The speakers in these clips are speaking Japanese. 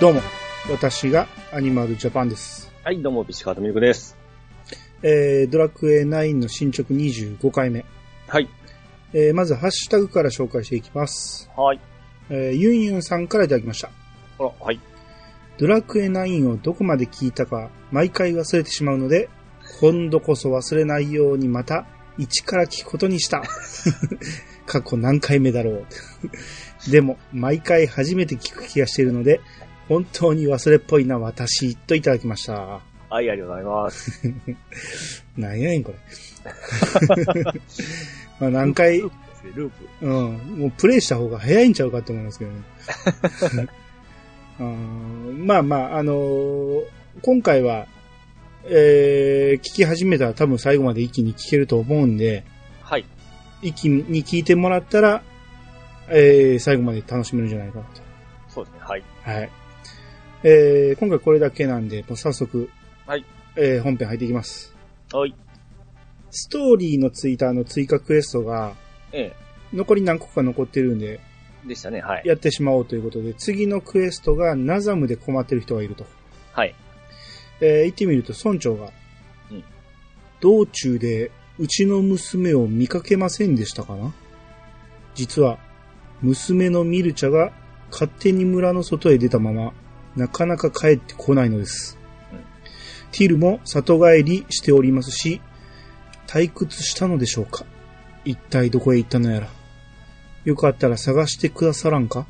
どうも、私がアニマルジャパンです。はい、どうも、ビシカートミルクです。えー、ドラクエ9の進捗25回目。はい。えー、まずハッシュタグから紹介していきます。はい。えー、ユンユンさんからいただきました。あら、はい。ドラクエ9をどこまで聞いたか毎回忘れてしまうので、今度こそ忘れないようにまた一から聞くことにした。 過去何回目だろう。 でも、毎回初めて聞く気がしているので、本当に忘れっぽいな私といただきました。はい、ありがとうございます。なんやねんこれ。 まあ何回ル、ープですね、ループ。うん、もうプレイした方が早いんちゃうかって思いますけどね。 うんまあまあ、あのー今回は、えー聞き始めたら多分最後まで一気に聞けると思うんで、はい。一気に聞いてもらったら、えー最後まで楽しめるんじゃないかなと。そうですね、はい。はい。えー今回これだけなんで、もう早速、はいえー本編入っていきます。はい。ストーリーのツイッターの追加クエストが、え残り何個か残ってるんで、え、でしたね、はい。やってしまおうということで、次のクエストがナザムで困ってる人がいると。はい。えー行ってみると村長が、うん道中でうちの娘を見かけませんでしたかな実は、娘のミルチャが勝手に村の外へ出たまま、なかなか帰ってこないのです。うんティルも里帰りしておりますし、退屈したのでしょうか一体どこへ行ったのやら。よかったら探してくださらんか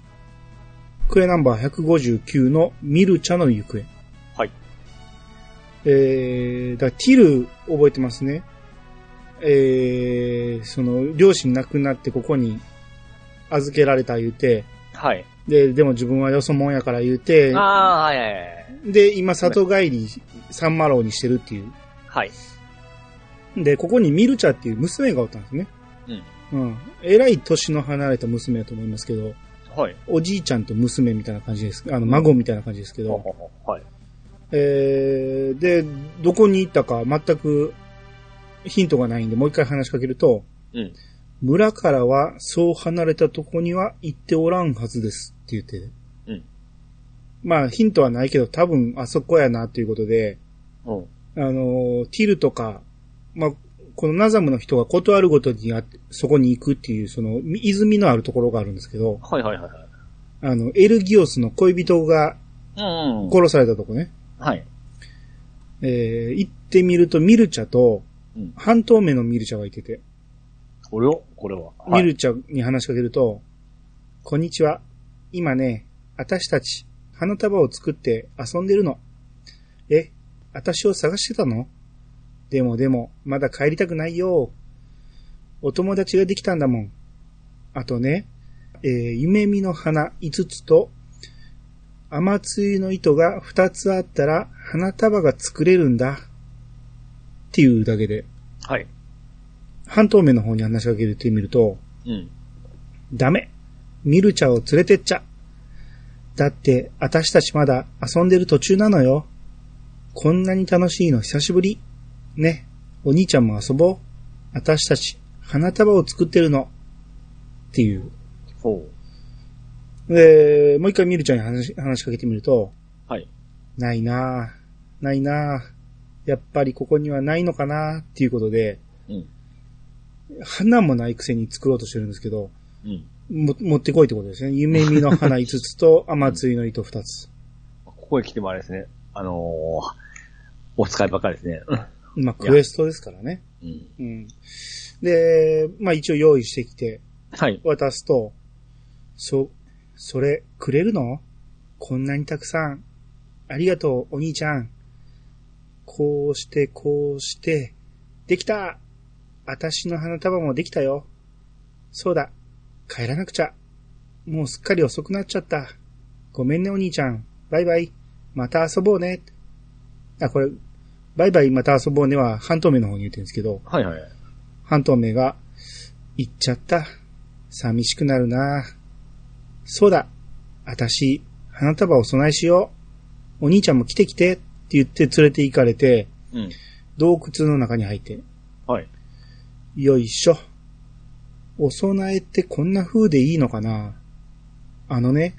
クエナンバー159のミルチャの行方。はい。えー、だからティル覚えてますね。えー、その、両親亡くなってここに預けられた言うて、はい。で、でも自分はよそもんやから言うて、ああ、はい、はいはい。で、今里帰り、サンマロウにしてるっていう。はい。で、ここにミルチャっていう娘がおったんですね。うん。うん。えらい年の離れた娘だと思いますけど、はい。おじいちゃんと娘みたいな感じです。あの、孫みたいな感じですけほうど。ほうほうはい。えー、で、どこに行ったか全くヒントがないんで、もう一回話しかけると、うん。村からはそう離れたとこには行っておらんはずですって言って。うんまあ、ヒントはないけど、多分あそこやなということで、うん。あのーティルとか、まあ、このナザムの人が断るごとにあそこに行くっていう、その、泉のあるところがあるんですけど、はい、はい、はいはい。あの、エルギオスの恋人がうん、うん。殺されたとこね。はい。えー行ってみると、ミルチャとうん、半透明のミルチャがいてて、これをこれは。ミる。ルチャに話しかけると、こんにちは。今ね、私たち、花束を作って遊んでるの。え、私を探してたのでもでも、まだ帰りたくないよ。お友達ができたんだもん。あとね、えー夢見の花5つと、雨露の糸が2つあったら花束が作れるんだ。っていうだけで、はい。半透明の方に話しかけるってみると、うん。ダメ。ミルチャを連れてっちゃ。だって、私たちまだ遊んでる途中なのよ。こんなに楽しいの久しぶり。ね、お兄ちゃんも遊ぼう。私たち、花束を作ってるの。っていう。ほで、もう一回ミルちゃんに話し話しかけてみると、う。はい。ないなぁ、ないなぁ、やっぱりここにはないのかなぁっていうことで、うん。花もないくせに作ろうとしてるんですけど、うん。も、持ってこいってことですね。夢見の花5つと、雨露の糸2つ。ここへ来てもあれですね。あのー、お使いばっかりですね。まあ、クエストですからね。うん。うん。で、まあ一応用意してきて、はい。渡すと、そ、それ、くれるのこんなにたくさん。ありがとう、お兄ちゃん。こうして、こうして、できた私の花束もできたよ。そうだ、帰らなくちゃ。もうすっかり遅くなっちゃった。ごめんね、お兄ちゃん。バイバイ。また遊ぼうね。あ、これ、バイバイまた遊ぼうねは半透明の方に言ってるんですけど、はい、はい。半透明が、行っちゃった。寂しくなるなそうだ。あたし、花束を備えしよう。お兄ちゃんも来て来てって言って連れて行かれて、うん。洞窟の中に入って、はい。よいしょ。お供えってこんな風でいいのかなあのね、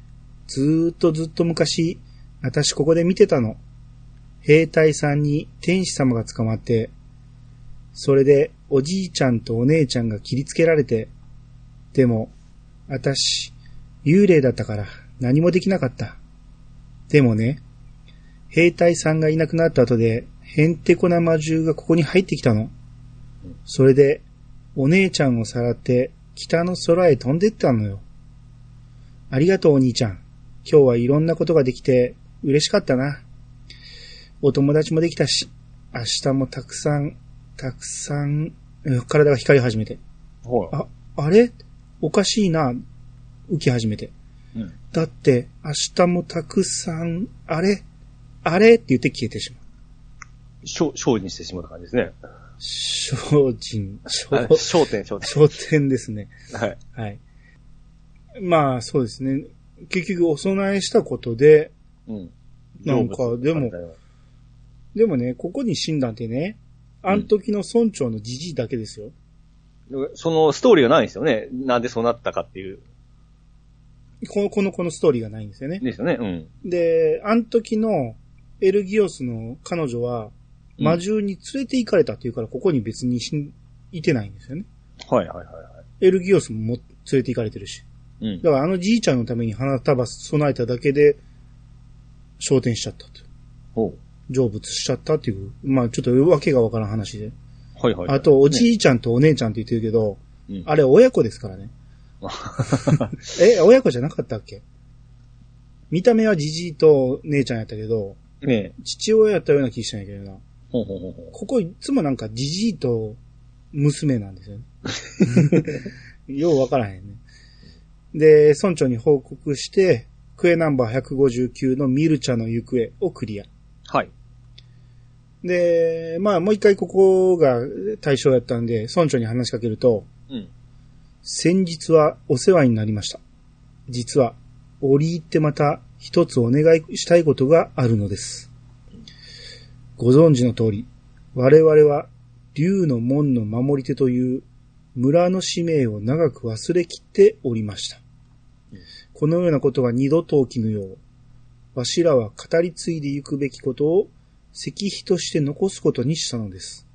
ずーっとずっと昔、私ここで見てたの。兵隊さんに天使様が捕まって、それでおじいちゃんとお姉ちゃんが切りつけられて、でも、私、幽霊だったから何もできなかった。でもね、兵隊さんがいなくなった後で、へんてこな魔獣がここに入ってきたの。それで、お姉ちゃんをさらって、北の空へ飛んでったのよ。ありがとうお兄ちゃん。今日はいろんなことができて、嬉しかったな。お友達もできたし、明日もたくさん、たくさん、うん体が光り始めて。ほら。あ、あれおかしいな。浮き始めて。うん。だって、明日もたくさん、あれあれって言って消えてしまう。精精進してしまった感じですね。精進、あ精焦点、焦焦点ですね。点。はい。はい。まあ、そうですね。結局、お供えしたことで、うん。なんかでもでもね、ここに死んだんってね、あの時の村長のじじいだけですよ。そのストーリーがないんですよね。なんでそうなったかっていう。この、この、このストーリーがないんですよね。ですよね。うん。で、あの時のエルギオスの彼女は、うん魔獣に連れて行かれたっていうから、ここに別に死ん、いてないんですよね。はいはいはいはエルギオスもも連れて行かれてるし。い。うん。だからあのじいちゃんのために花束備えただけで、昇天しちゃったと。ほ成仏しちゃったっていう、まあちょっとわけがわからん話で。う。はいはいはい。あと、おね、じいちゃんとお姉ちゃんって言ってるけど、うんあれ親子ですからね。え、親子じゃなかったっけ見た目はじじいと姉ちゃんやったけど、ね 父親やったような気したんやけどな。ほうほうほうほう。ここいつもなんかじじいと娘なんですよね。 ようわからへんね。で、村長に報告して、クエナンバー159のミルチャの行方をクリア。はい。で、まあもう一回ここが対象やったんで、村長に話しかけると、うん。先日はお世話になりました。実は、折り入ってまた一つお願いしたいことがあるのです。ご存知の通り、我々は竜の門の守り手という村の使命を長く忘れきっておりましたうん。このようなことが二度と起きぬよう、わしらは語り継いでゆくべきことを石碑として残すことにしたのです。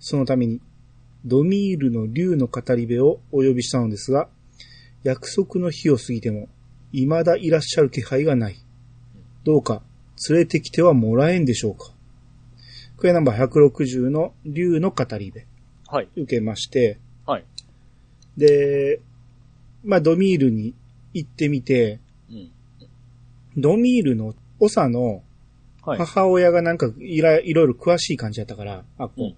そのために、ドミールの竜の語り部をお呼びしたのですが、約束の日を過ぎても、未だいらっしゃる気配がない。どうか、連れてきてはもらえんでしょうか。クエナンバー160の竜の語り部、はい。受けまして、はい。で、まあ、ドミールに行ってみて、うん。ドミールの長のはい。母親がなんかいらいろいろ詳しい感じだったから、あ、うん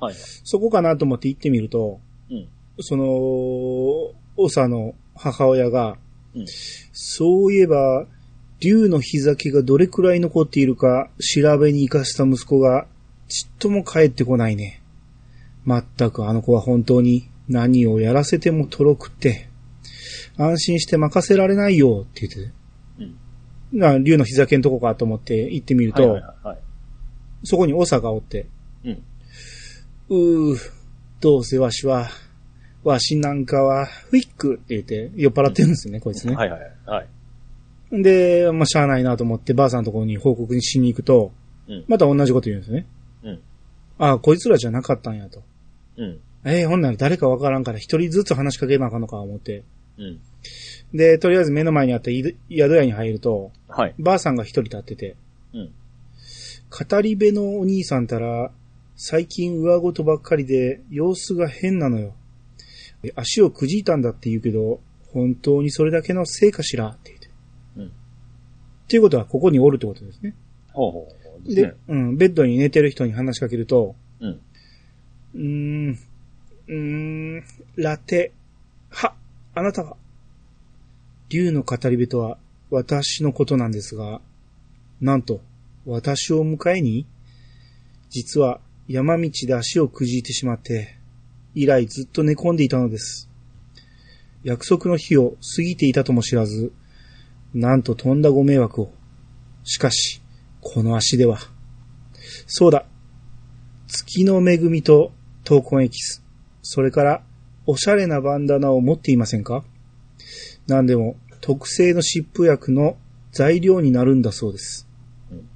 はい。そこかなと思って行ってみると、うん。その、オサの母親が、うんそういえば、竜の日酒がどれくらい残っているか調べに行かせた息子が、ちっとも帰ってこないね。まったくあの子は本当に何をやらせてもとろくって、安心して任せられないよって言ってうん。て、な竜の日酒のとこかと思って行ってみると、はいはいはいはい。そこにオサがおって、うん。うー、どうせわしは、わしなんかは、フィックって言って酔っ払ってるんですよね、こいつね。はいはいはい。で、まあ、しゃあないなと思って、ばあさんのところに報告しに行くと、うんまた同じこと言うんですね。うんああ、こいつらじゃなかったんやと。うん。ええほんなら誰かわからんから一人ずつ話しかけなあかんのか思って。うん。で、とりあえず目の前にあった宿宿屋に入ると、はい。ばあさんが一人立ってて、うん。語り部のお兄さんたら、最近上ごとばっかりで様子が変なのよ。足をくじいたんだって言うけど、本当にそれだけのせいかしらって言って。うんっていうことはここにおるってことですね。ほうほうほう。で、うん、ベッドに寝てる人に話しかけると、うん。うーん、うーん、ラテ、は、あなたは、竜の語り部とは私のことなんですが、なんと、私を迎えに、実は山道で足をくじいてしまって、以来ずっと寝込んでいたのです。約束の日を過ぎていたとも知らず、なんととんだご迷惑を。しかし、この足では。そうだ、月の恵みと闘魂エキス、それからおしゃれなバンダナを持っていませんか何でも特製の湿布薬の材料になるんだそうですうん。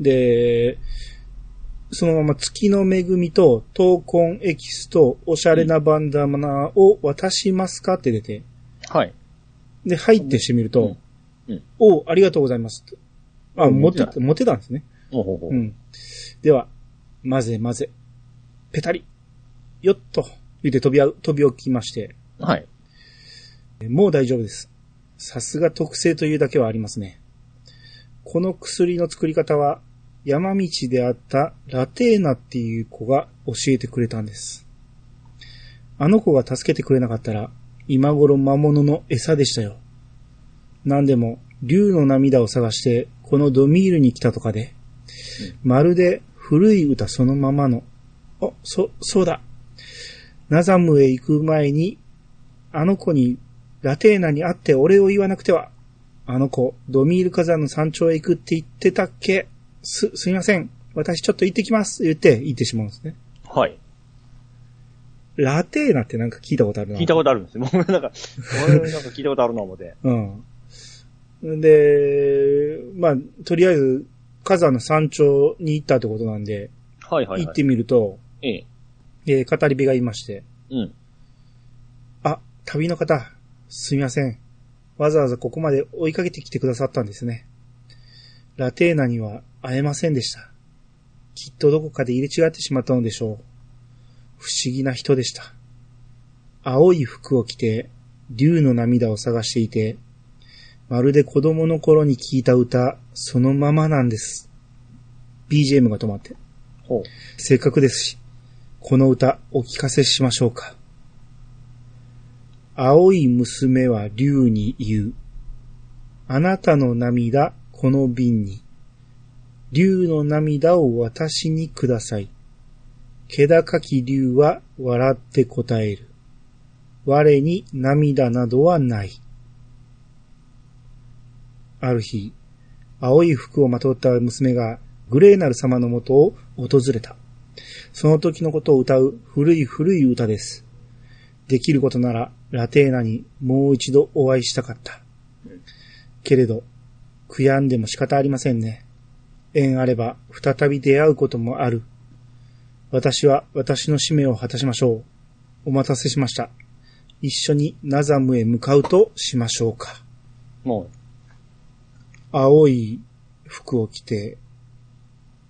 で、そのまま月の恵みと闘魂エキスとおしゃれなバンダナを渡しますかって出て、はい。で、入ってしてみると、うんうんおうありがとうございます。あ、うん持って持ってた、持ってたんですね。ほうほうほう。うん。では、混ぜ混ぜ。ペタリ。よっと。言って飛びあう、飛び起きまして。はい。もう大丈夫です。さすが特性というだけはありますね。この薬の作り方は、山道であったラテーナっていう子が教えてくれたんです。あの子が助けてくれなかったら、今頃魔物の餌でしたよ。なんでも、竜の涙を探して、このドミールに来たとかで、まるで古い歌そのままの、あ、そ、そうだ。ナザムへ行く前に、あの子にラテーナに会ってお礼を言わなくては。あの子、ドミール火山の山頂へ行くって言ってたっけす、すみません。私ちょっと行ってきます。言って、行ってしまうんですね。はい。ラテーナってなんか聞いたことあるな。聞いたことあるんですよ。もうな んか、俺なんか聞いたことあるな思って。うん。で、まあ、とりあえず、火山の山頂に行ったってことなんで、はいはいはい。行ってみると、ええ。で、語り部がいまして、うん。あ、旅の方、すみません。わざわざここまで追いかけてきてくださったんですね。ラテーナには会えませんでした。きっとどこかで入れ違ってしまったのでしょう。不思議な人でした。青い服を着て、竜の涙を探していて、まるで子供の頃に聞いた歌、そのままなんです。BGM が止まって。ほう。せっかくですし、この歌お聞かせしましょうか。青い娘は竜に言う。あなたの涙、この瓶に。竜の涙を私にください。気高き竜は笑って答える。我に涙などはない。ある日、青い服をまとった娘がグレーナル様のもとを訪れた。その時のことを歌う古い古い歌です。できることならラテーナにもう一度お会いしたかった。けれど、悔やんでも仕方ありませんね。縁あれば再び出会うこともある。私は私の使命を果たしましょう。お待たせしました。一緒にナザムへ向かうとしましょうか。も青い服を着て、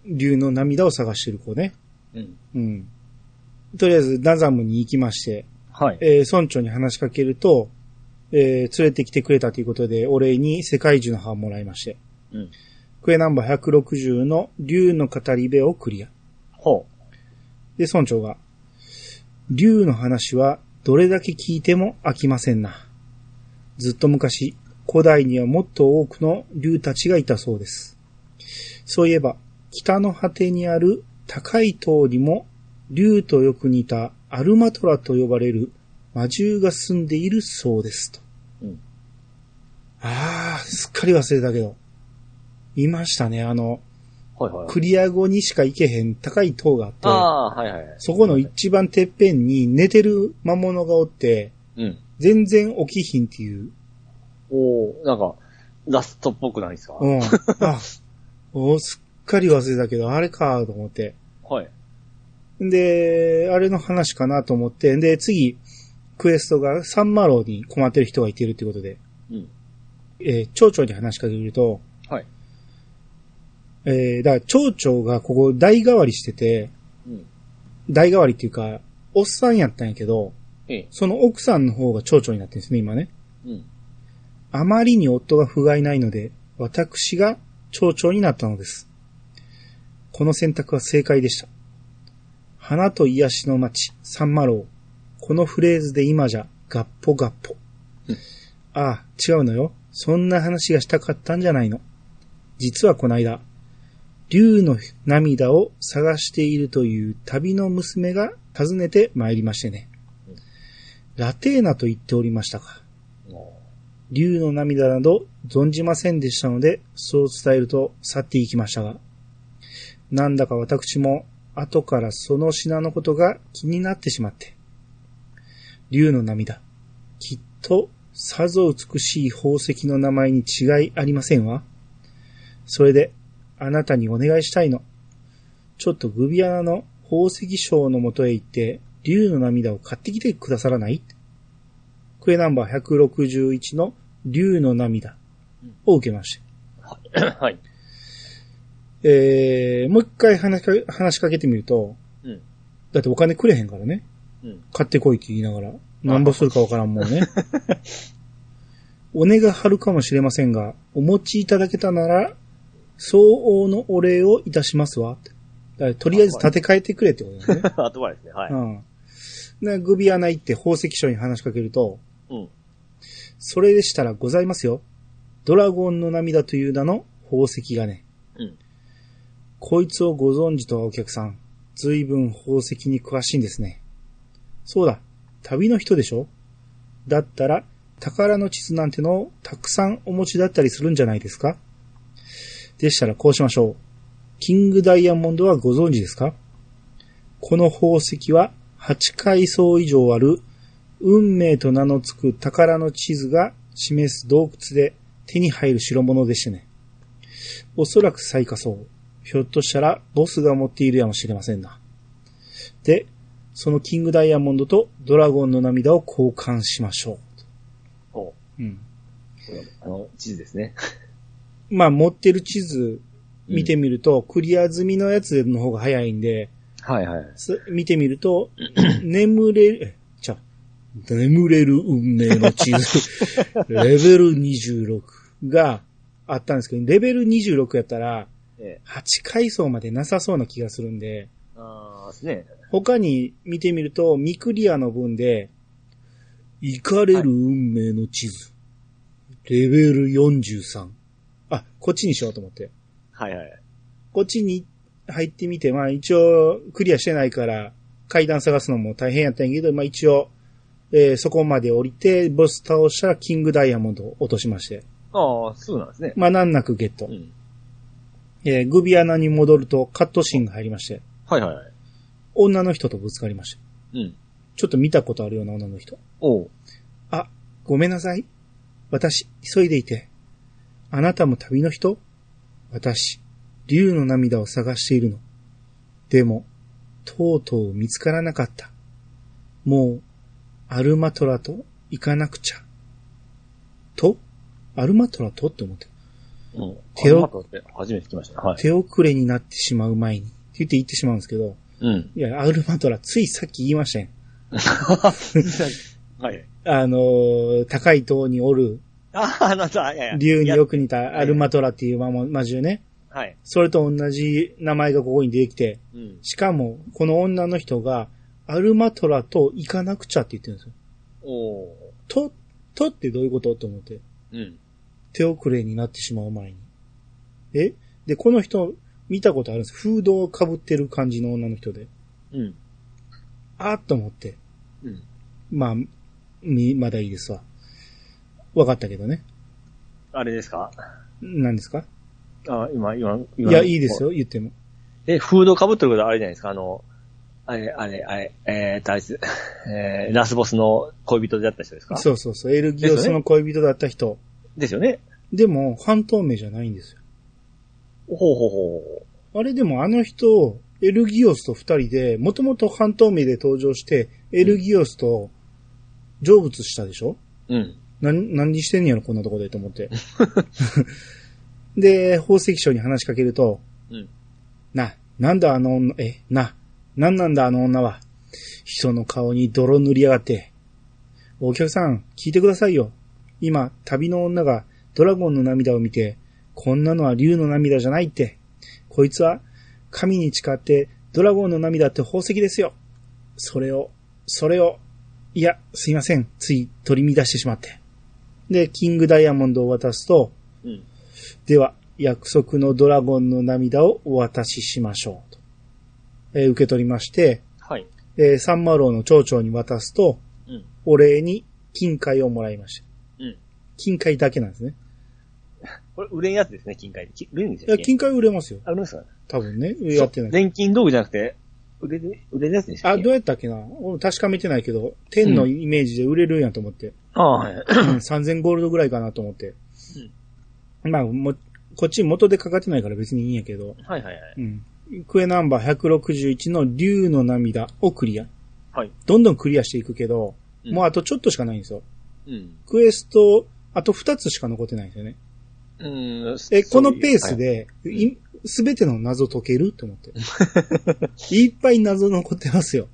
竜の涙を探してる子ね。う。うん。うん。とりあえず、ナザムに行きまして、はい。えー村長に話しかけると、えー連れてきてくれたということで、お礼に世界中の葉をもらいまして、うん。クエナンバー160の竜の語り部をクリア。ほで、村長が、竜の話はどれだけ聞いても飽きませんな。ずっと昔、古代にはもっと多くの竜たちがいたそうです。そういえば、北の果てにある高い塔にも、竜とよく似たアルマトラと呼ばれる魔獣が住んでいるそうですと。うんああ、すっかり忘れたけど。いましたね、あの、う。はいはいはい。クリア後にしか行けへん高い塔があって。ああ、はいはいはい。そこの一番てっぺんに寝てる魔物がおって、うん。全然起きひんっていう。おおなんか、ラストっぽくないですかうん。あ、おすっかり忘れたけど、あれかと思って。はい。で、あれの話かなと思って、で、次、クエストがサンマロウに困ってる人がいてるってことで、うん。えー町長に話しかけると、はい。えーだから町長がここ代替わりしてて、うん。代替わりっていうか、おっさんやったんやけど、ええ。その奥さんの方が町長になってるんですね、今ね。うん。 あまりに夫が不甲斐ないので、私が町長になったのです。この選択は正解でした。花と癒しの町、サンマロウ。このフレーズで今じゃ、ガッポガッポうん。ああ、違うのよ。そんな話がしたかったんじゃないの。実はこないだ、竜の涙を探しているという旅の娘が訪ねて参りましてねうん。ラテーナと言っておりましたか。お竜の涙など存じませんでしたので、そう伝えると去っていきましたが、なんだか私も後からその品のことが気になってしまって、竜の涙、きっとさぞ美しい宝石の名前に違いありませんわ。それで、あなたにお願いしたいの。ちょっとグビアナの宝石商のもとへ行って、竜の涙を買ってきてくださらないクエナンバー161の竜の涙を受けまして。はい。えー、もう一回話しか話しかけてみると、うんだってお金くれへんからね。うん。 買ってこいって言いながら、なんぼするかわからんもんね。お値が張るかもしれませんが、お持ちいただけたなら、相応のお礼をいたしますわ。ってだからとりあえず立て替えてくれってことだよね。あとはですね、 はい。うん。で、グビアナ行って宝石商に話しかけると、うん。それでしたらございますよ。ドラゴンの涙という名の宝石がね。うん。こいつをご存知とはお客さん、ずいぶん宝石に詳しいんですね。そうだ、旅の人でしょだったら、宝の地図なんてのをたくさんお持ちだったりするんじゃないですかでしたらこうしましょう。キングダイヤモンドはご存知ですかこの宝石は8階層以上ある運命と名の付く宝の地図が示す洞窟で手に入る代物でしてね。おそらく最下層。ひょっとしたらボスが持っているやもしれませんな。で、そのキングダイヤモンドとドラゴンの涙を交換しましょおこう。うん。れあの、地図ですね。まあ持ってる地図見てみると、クリア済みのやつの方が早いんで、 はいはい。す見てみると、 眠れる、えちゃう、眠れる運命の 地図、レベル26があったんですけど、レベル26やったら、ええ。 8階層までなさそうな気がするんで、あーですね。他に見てみると、ミクリアの分で、イカれる運命の地図、レベル43。あ、こっちにしようと思って。はいはい。こっちに入ってみて、まあ一応クリアしてないから階段探すのも大変やったんやけど、まあ一応、えーそこまで降りて、ボス倒したらキングダイヤモンドを落としまして、ああ、そうなんですね。まあ難なくゲット。うん。えーグビアナに戻るとカットシーンが入りまして、はいはいはい。女の人とぶつかりました。うん。ちょっと見たことあるような女の人。おう。あ、ごめんなさい。私、急いでいて。あなたも旅の人私、竜の涙を探しているの。でも、とうとう見つからなかった。もう、アルマトラと行かなくちゃ。とアルマトラとって思って。うん。手をあの後って初めて聞きました。はい。手遅れになってしまう前に。って言って言ってしまうんですけど。 うん。いや、アルマトラついさっき言いましたね。はい。あのー高い塔におる、ああ、なんだ、いやいや。竜によく似やたアルマトラっていう魔物魔獣ね。はい。それと同じ名前がここに出てきて、うん。しかも、この女の人が、アルマトラと行かなくちゃって言ってるんですよ。おう。と、とってどういうことと思って。うん。手遅れになってしまう前に。えで、この人、見たことあるんです。フードを被ってる感じの女の人で。うん。あーっと思って。うん。まあ、み、まだいいですわ。わかったけどね。あれですか何ですかあ今、今、い今。や、いいですよ、言っても。え、フード被ってることはあれじゃないですかあの、あれ、あれ、あれ、えーと、あいつ、 えー、ラスボスの恋人だった人ですかそうそうそう。エルギオスの恋人だった人。ですよね。でも、半透明じゃないんですよ。ほうほうほあれでもあの人、エルギオスと二人で、もともと半透明で登場して、エルギオスと成仏したでしょ、う。うん。何、何してんやろ、こんなとこでと思って。で、宝石商に話しかけると、うんな、なんだあの女、え、な、なんなんだあの女は。人の顔に泥塗りやがって。お客さん、聞いてくださいよ。今、旅の女がドラゴンの涙を見て、こんなのは竜の涙じゃないって。こいつは、神に誓って、ドラゴンの涙って宝石ですよ。それを、それを、いや、すいません。つい取り乱してしまって。で、キングダイヤモンドを渡すと、うん。では、約束のドラゴンの涙をお渡ししましょうと。えー受け取りまして、はい。えーサンマロウの町長に渡すと、うん。お礼に金塊をもらいました。うん。金塊だけなんですね。これ、売れんやつですね、金塊。き売れるんですいよや、ね。金塊売れますよ。あ、売れますか多分ね。やってない。錬金道具じゃなくて、売れる、売れるやつでしたあ、っけ どうやったっけな俺も確かめてないけど、天のイメージで売れるんやと思って。ああ、はい。 3000ゴールドぐらいかなと思って。まあ、も、こっち元でかかってないから別にいいんやけど。はいはいはい。うん。クエナンバー161の竜の涙をクリア。はい。どんどんクリアしていくけど、もうあとちょっとしかないんですよ。うん。クエスト、あと2つしか残ってないんですよね。うん。え、このそういうペース、で、いいすべての謎解けると 思って。いっぱい謎残ってますよ。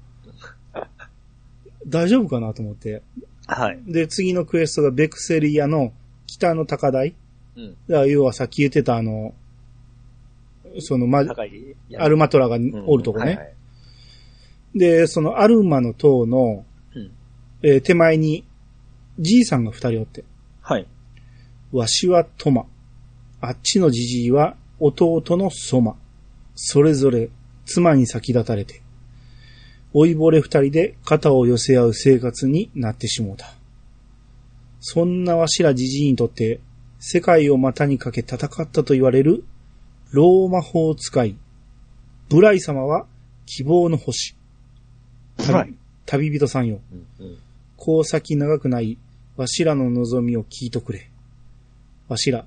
大丈夫かなと思って。はい。はいで、次のクエストがベクセリアの北の高台。うん。だから要はさっき言ってたあの、その、ま、高い。アルマトラがうんおるとこね。はいはいで、そのアルマの塔の、うんえー手前に、じいさんが二人おって、はい。わしはトマ、あっちのじじいは弟のソマ、それぞれ妻に先立たれて、老いぼれ二人で肩を寄せ合う生活になってしもうた。そんなわしらじじいにとって、世界を股にかけ戦ったと言われる、ローマ法使い、ブライ様は希望の星。旅はい旅人さんよ。うんうんこう先長くない、わしらの望みを聞いとくれ。わしら、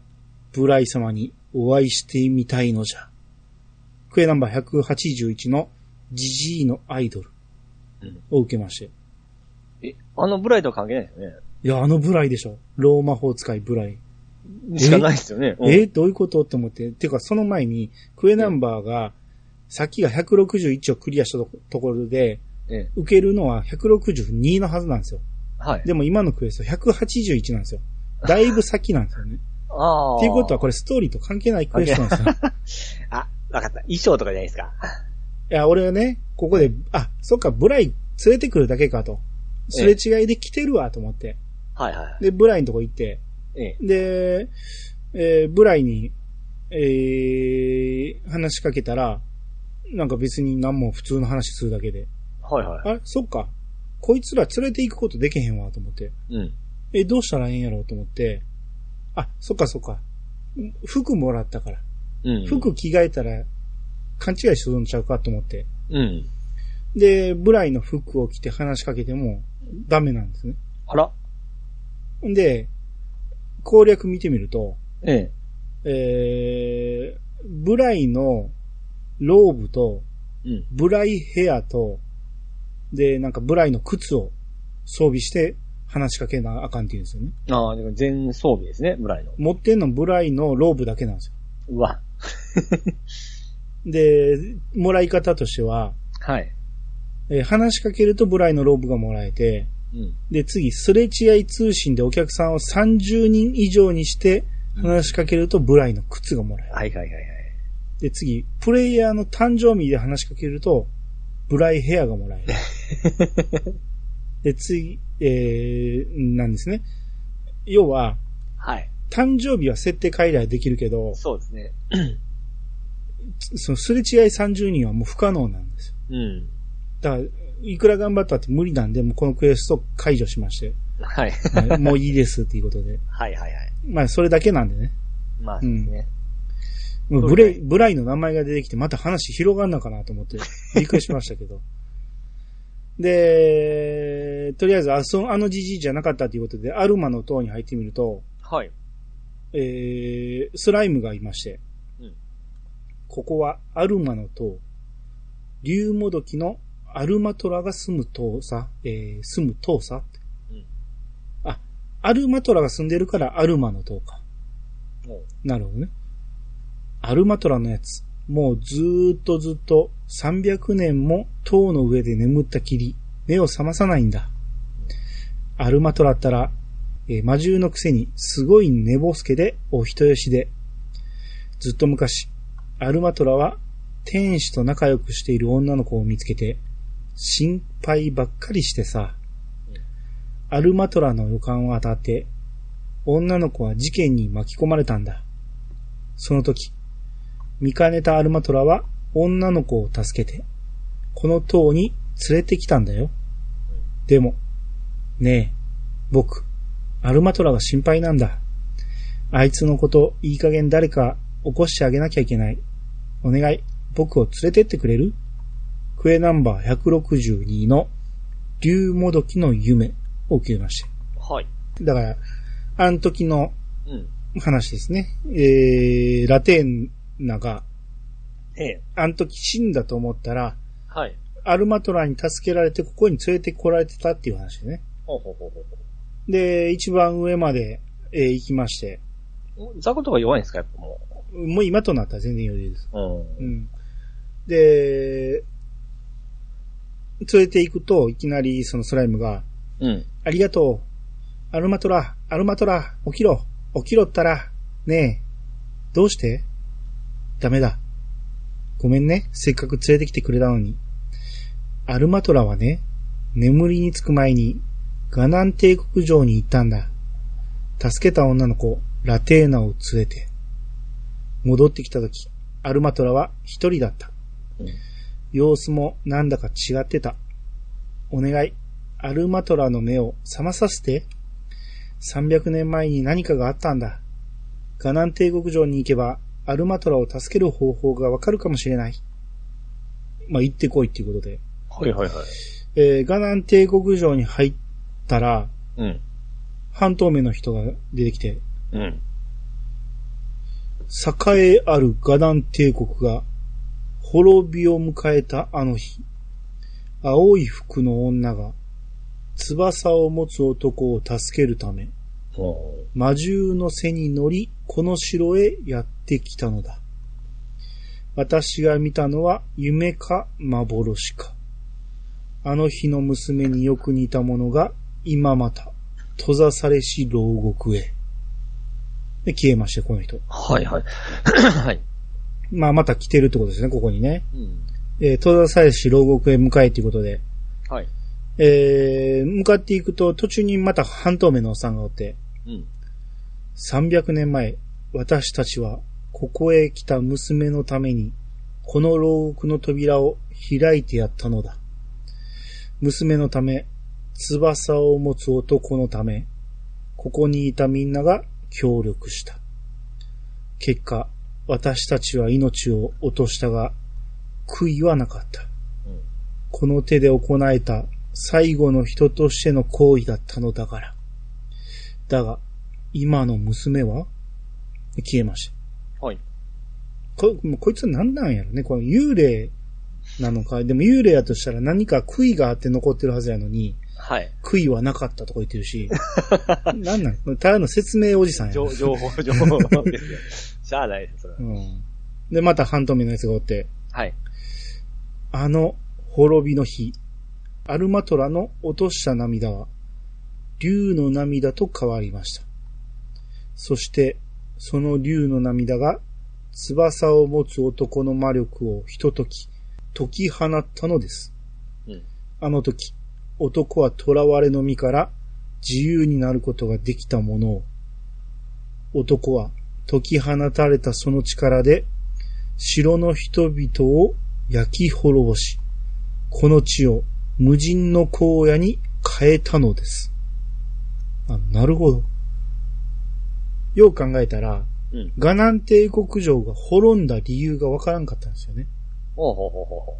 ブライ様にお会いしてみたいのじゃ。クエナンバー181のジジイのアイドルうんを受けまして。え、あのブライトは関係ないですよいや、あのブライでしょ。ローマ法使いブライ。ね。しかないですよね。うんえ、どういうことって思って。てか、その前に、クエナンバーが、さっきが161をクリアしたとところで、ええ受けるのは162のはずなんですよ。はい。でも今のクエスト181なんですよ。だいぶ先なんですよね。ああ。っていうことはこれストーリーと関係ないクエスチョンですよ。あ、わかった。衣装とかじゃないですか。 いや、俺はね、ここで、あ、そっか、ブライ連れてくるだけかと。すれ違いで来てるわと思って。はいはで、ブライのとこ行って、い。ええ。で、えーブライに、えー話しかけたら、なんか別に何も普通の話するだけで。はいはあれそっか。こいつら連れて行くことできへんわと思って。い。うん。え、どうしたらええんやろうと思って。あ、そっかそっか。服もらったから。うん。服着替えたら勘違いしとるんちゃうかと思って。うん。で、ブライの服を着て話しかけてもダメなんですね。あら。んで、攻略見てみると、ええ。えー、ブライのローブと、うん。ブライヘアと、で、なんかブライの靴を装備して話しかけなあかんっていうんですよね。ああ、でも全装備ですね、ブライの。持ってんのブライのローブだけなんですよ。うわ。で、もらい方としては、はい。えー話しかけるとブライのローブがもらえて、うん。で、次、すれ違い通信でお客さんを30人以上にして、話しかけるとブライの靴がもらえる。はいはいはいはい。で、次、プレイヤーの誕生日で話しかけると、ブライヘアがもらえる。 で、次、えー、なんですね。要は、はい。誕生日は設定改良できるけど、そうですね。そのすれ違い30人はもう不可能なんですよ。うん。だから、いくら頑張ったって無理なんで、もうこのクエスト解除しまして、はい。 はいもういいですっていうことで。はいはいはい。まあ、それだけなんでね。まあそうですね。もうそうブレイ、かブライの名前が出てきて、また話広がんなかなと 思って、びっくりしましたけど。で、とりあえず、あ、その、あのじじいじゃなかったということで、アルマの塔に入ってみると、はい。えー、スライムがいまして、うんここはアルマの塔、竜もどきのアルマトラが住む塔さ、えー、住む塔さ、うんあ、アルマトラが住んでるからアルマの塔か。もうなるほどね。アルマトラのやつ。もうずーっとずっと300年も塔の上で眠ったきり、目を覚まさないんだ。アルマトラったら、えー魔獣のくせにすごい寝ぼすけでお人よしで。ずっと昔、アルマトラは天使と仲良くしている女の子を見つけて、心配ばっかりしてさうん、アルマトラの予感を当たって、女の子は事件に巻き込まれたんだ。その時、見かねたアルマトラは女の子を助けて、この塔に連れてきたんだよ。でも、ねえ、僕、アルマトラが心配なんだ。あいつのこと、いい加減誰か起こしてあげなきゃいけない。お願い、僕を連れてってくれるクエナンバー162の竜もどきの夢を受けまして。はい。だから、あの時のうん。話ですね。えー、ラテンナが、ええ。あの時死んだと思ったら、はい。アルマトラに助けられてここに連れてこられてたっていう話でね。ほうほうほうほうで、一番上まで、えー行きまして、ほう。ザコとか弱いんですかやっぱももう今となったら全然余裕です。う。うん。うん。で、連れて行くと、いきなりそのスライムが、うん。ありがとう。アルマトラ、アルマトラ、起きろ、起きろったら、ねえ、どうしてダメだ。ごめんね、せっかく連れてきてくれたのに。アルマトラはね、眠りにつく前に、ガナン帝国城に行ったんだ。助けた女の子、ラテーナを連れて。戻ってきた時、アルマトラは一人だった。うん様子もなんだか違ってた。お願い、アルマトラの目を覚まさせて。300年前に何かがあったんだ。ガナン帝国城に行けば、アルマトラを助ける方法がわかるかもしれない。まあ、行ってこいっていうことで。はいはいはい。えーガナン帝国城に入ったら、うん。半透明の人が出てきて、うん。栄えあるガダン帝国が滅びを迎えたあの日、青い服の女が翼を持つ男を助けるため、ほう魔獣の背に乗り、この城へやってきたのだ。私が見たのは夢か幻か。あの日の娘によく似たものが今また閉ざされし牢獄へ。で、消えまして、この人。はい はい。はい。まあ、また来てるってことですね、ここにね。うん。えー、戸田祭司牢獄へ向かえということで。はい。えー、向かっていくと途中にまた半透明のおっさんがおって、うん。 300年前、私たちはここへ来た娘のために、この牢獄の扉を開いてやったのだ。娘のため、翼を持つ男のため、ここにいたみんなが協力した。結果、私たちは命を落としたが、悔いはなかった。うんこの手で行えた最後の人としての行為だったのだから。だが、今の娘は消えました。はい。こもうこいつは何なんやろね。この幽霊なのか。でも幽霊やとしたら何か悔いがあって残ってるはずやのに、はい。悔いはなかったとか言ってるし。何なんただの説明おじさんや情な。情報、 情報ですよ。しゃあないです、それはうん。で、また半透明のやつがおって、はい。あの滅びの日、アルマトラの落とした涙は、竜の涙と変わりました。そして、その竜の涙が、翼を持つ男の魔力をひととき、解き放ったのです。うんあの時、男は囚われの身から自由になることができたものを、男は解き放たれたその力で、城の人々を焼き滅ぼし、この地を無人の荒野に変えたのです。あ、なるほど。よう考えたら、うんガナン帝国城が滅んだ理由がわからんかったんですよね。ほうほうほうほうほ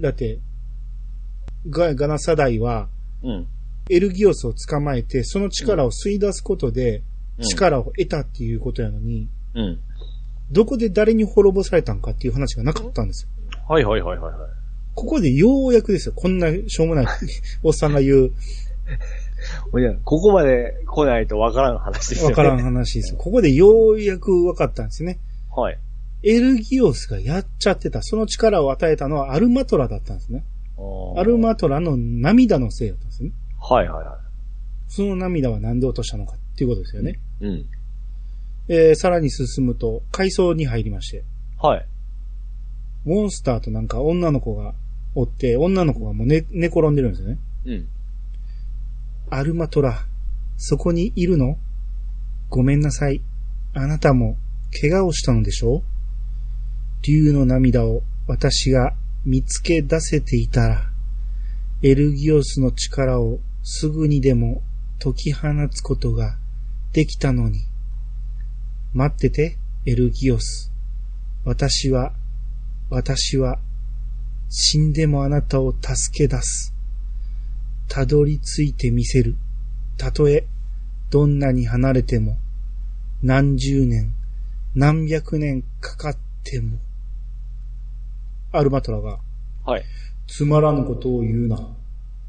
だって、ガガナサダイは、う。うん。エルギオスを捕まえて、その力を吸い出すことで、うん。力を得たっていうことやのに、うん。どこで誰に滅ぼされたんかっていう話がなかったんですよはいはいはいはい。はいここでようやくですよ。こんなしょう もないおっさんが言う、おじゃここまで来ないとわからん話ですよわね。からん。話ですよ。ここでようやくわかったんですね。はい。エルギオスがやっちゃってた。その力を与えたのはアルマトラだったんですね。アルマトラの涙のせいだったんですね。はいはいはその涙は何で落としたのかっていうことですよね。い。うん。えー、さらに進むと、階層に入りまして、はい。モンスターとなんか女の子がおって、女の子がもう寝寝転んでるんですよね。うん。アルマトラ、そこにいるのごめんなさい。あなたも、怪我をしたのでしょう竜の涙を私が見つけ出せていたら、エルギオスの力をすぐにでも解き放つことができたのに。待ってて、エルギオス。私は、私は、死んでもあなたを助け出す。たどり着いてみせる。たとえ、どんなに離れても、何十年、何百年かかっても。アルマトラが、はい。つまらぬことを言うな。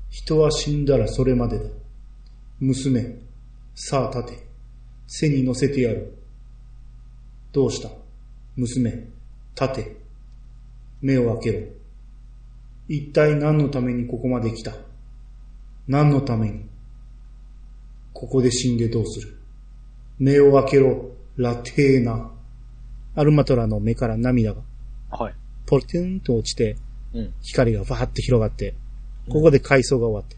人は死んだらそれまでだ。娘、さあ立て。背に乗せてやる。どうした娘、立て。目を開けろ。一体何のためにここまで来た何のためにここで死んでどうする目を開けろ、ラテーナ。アルマトラの目から涙がはい。ポリテンと落ちて、うん。光がわーって広がって、ここで回想が終わって。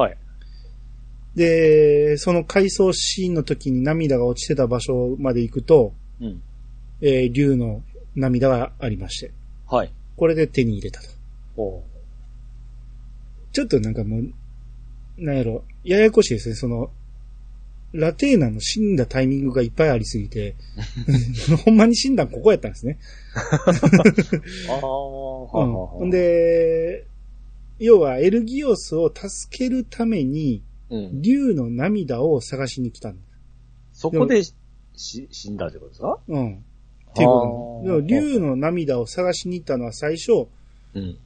はい。で、その回想シーンの時に涙が落ちてた場所まで行くと、うん。えー竜の涙がありまして、はい。これで手に入れたと。おうちょっとなんかもう、なんやろ、ややこしいですね、その、ラテーナの死んだタイミングがいっぱいありすぎ て、ほんまに死んだんここやったんですね。ああ、はうんいはいはほいん、で、要はエルギオスを助けるために、うん。竜の涙を探しに来たんだ。そこでし死んだってことですかうん。っていうことなんだでも竜の。の涙を探しに行ったのは最初、うん。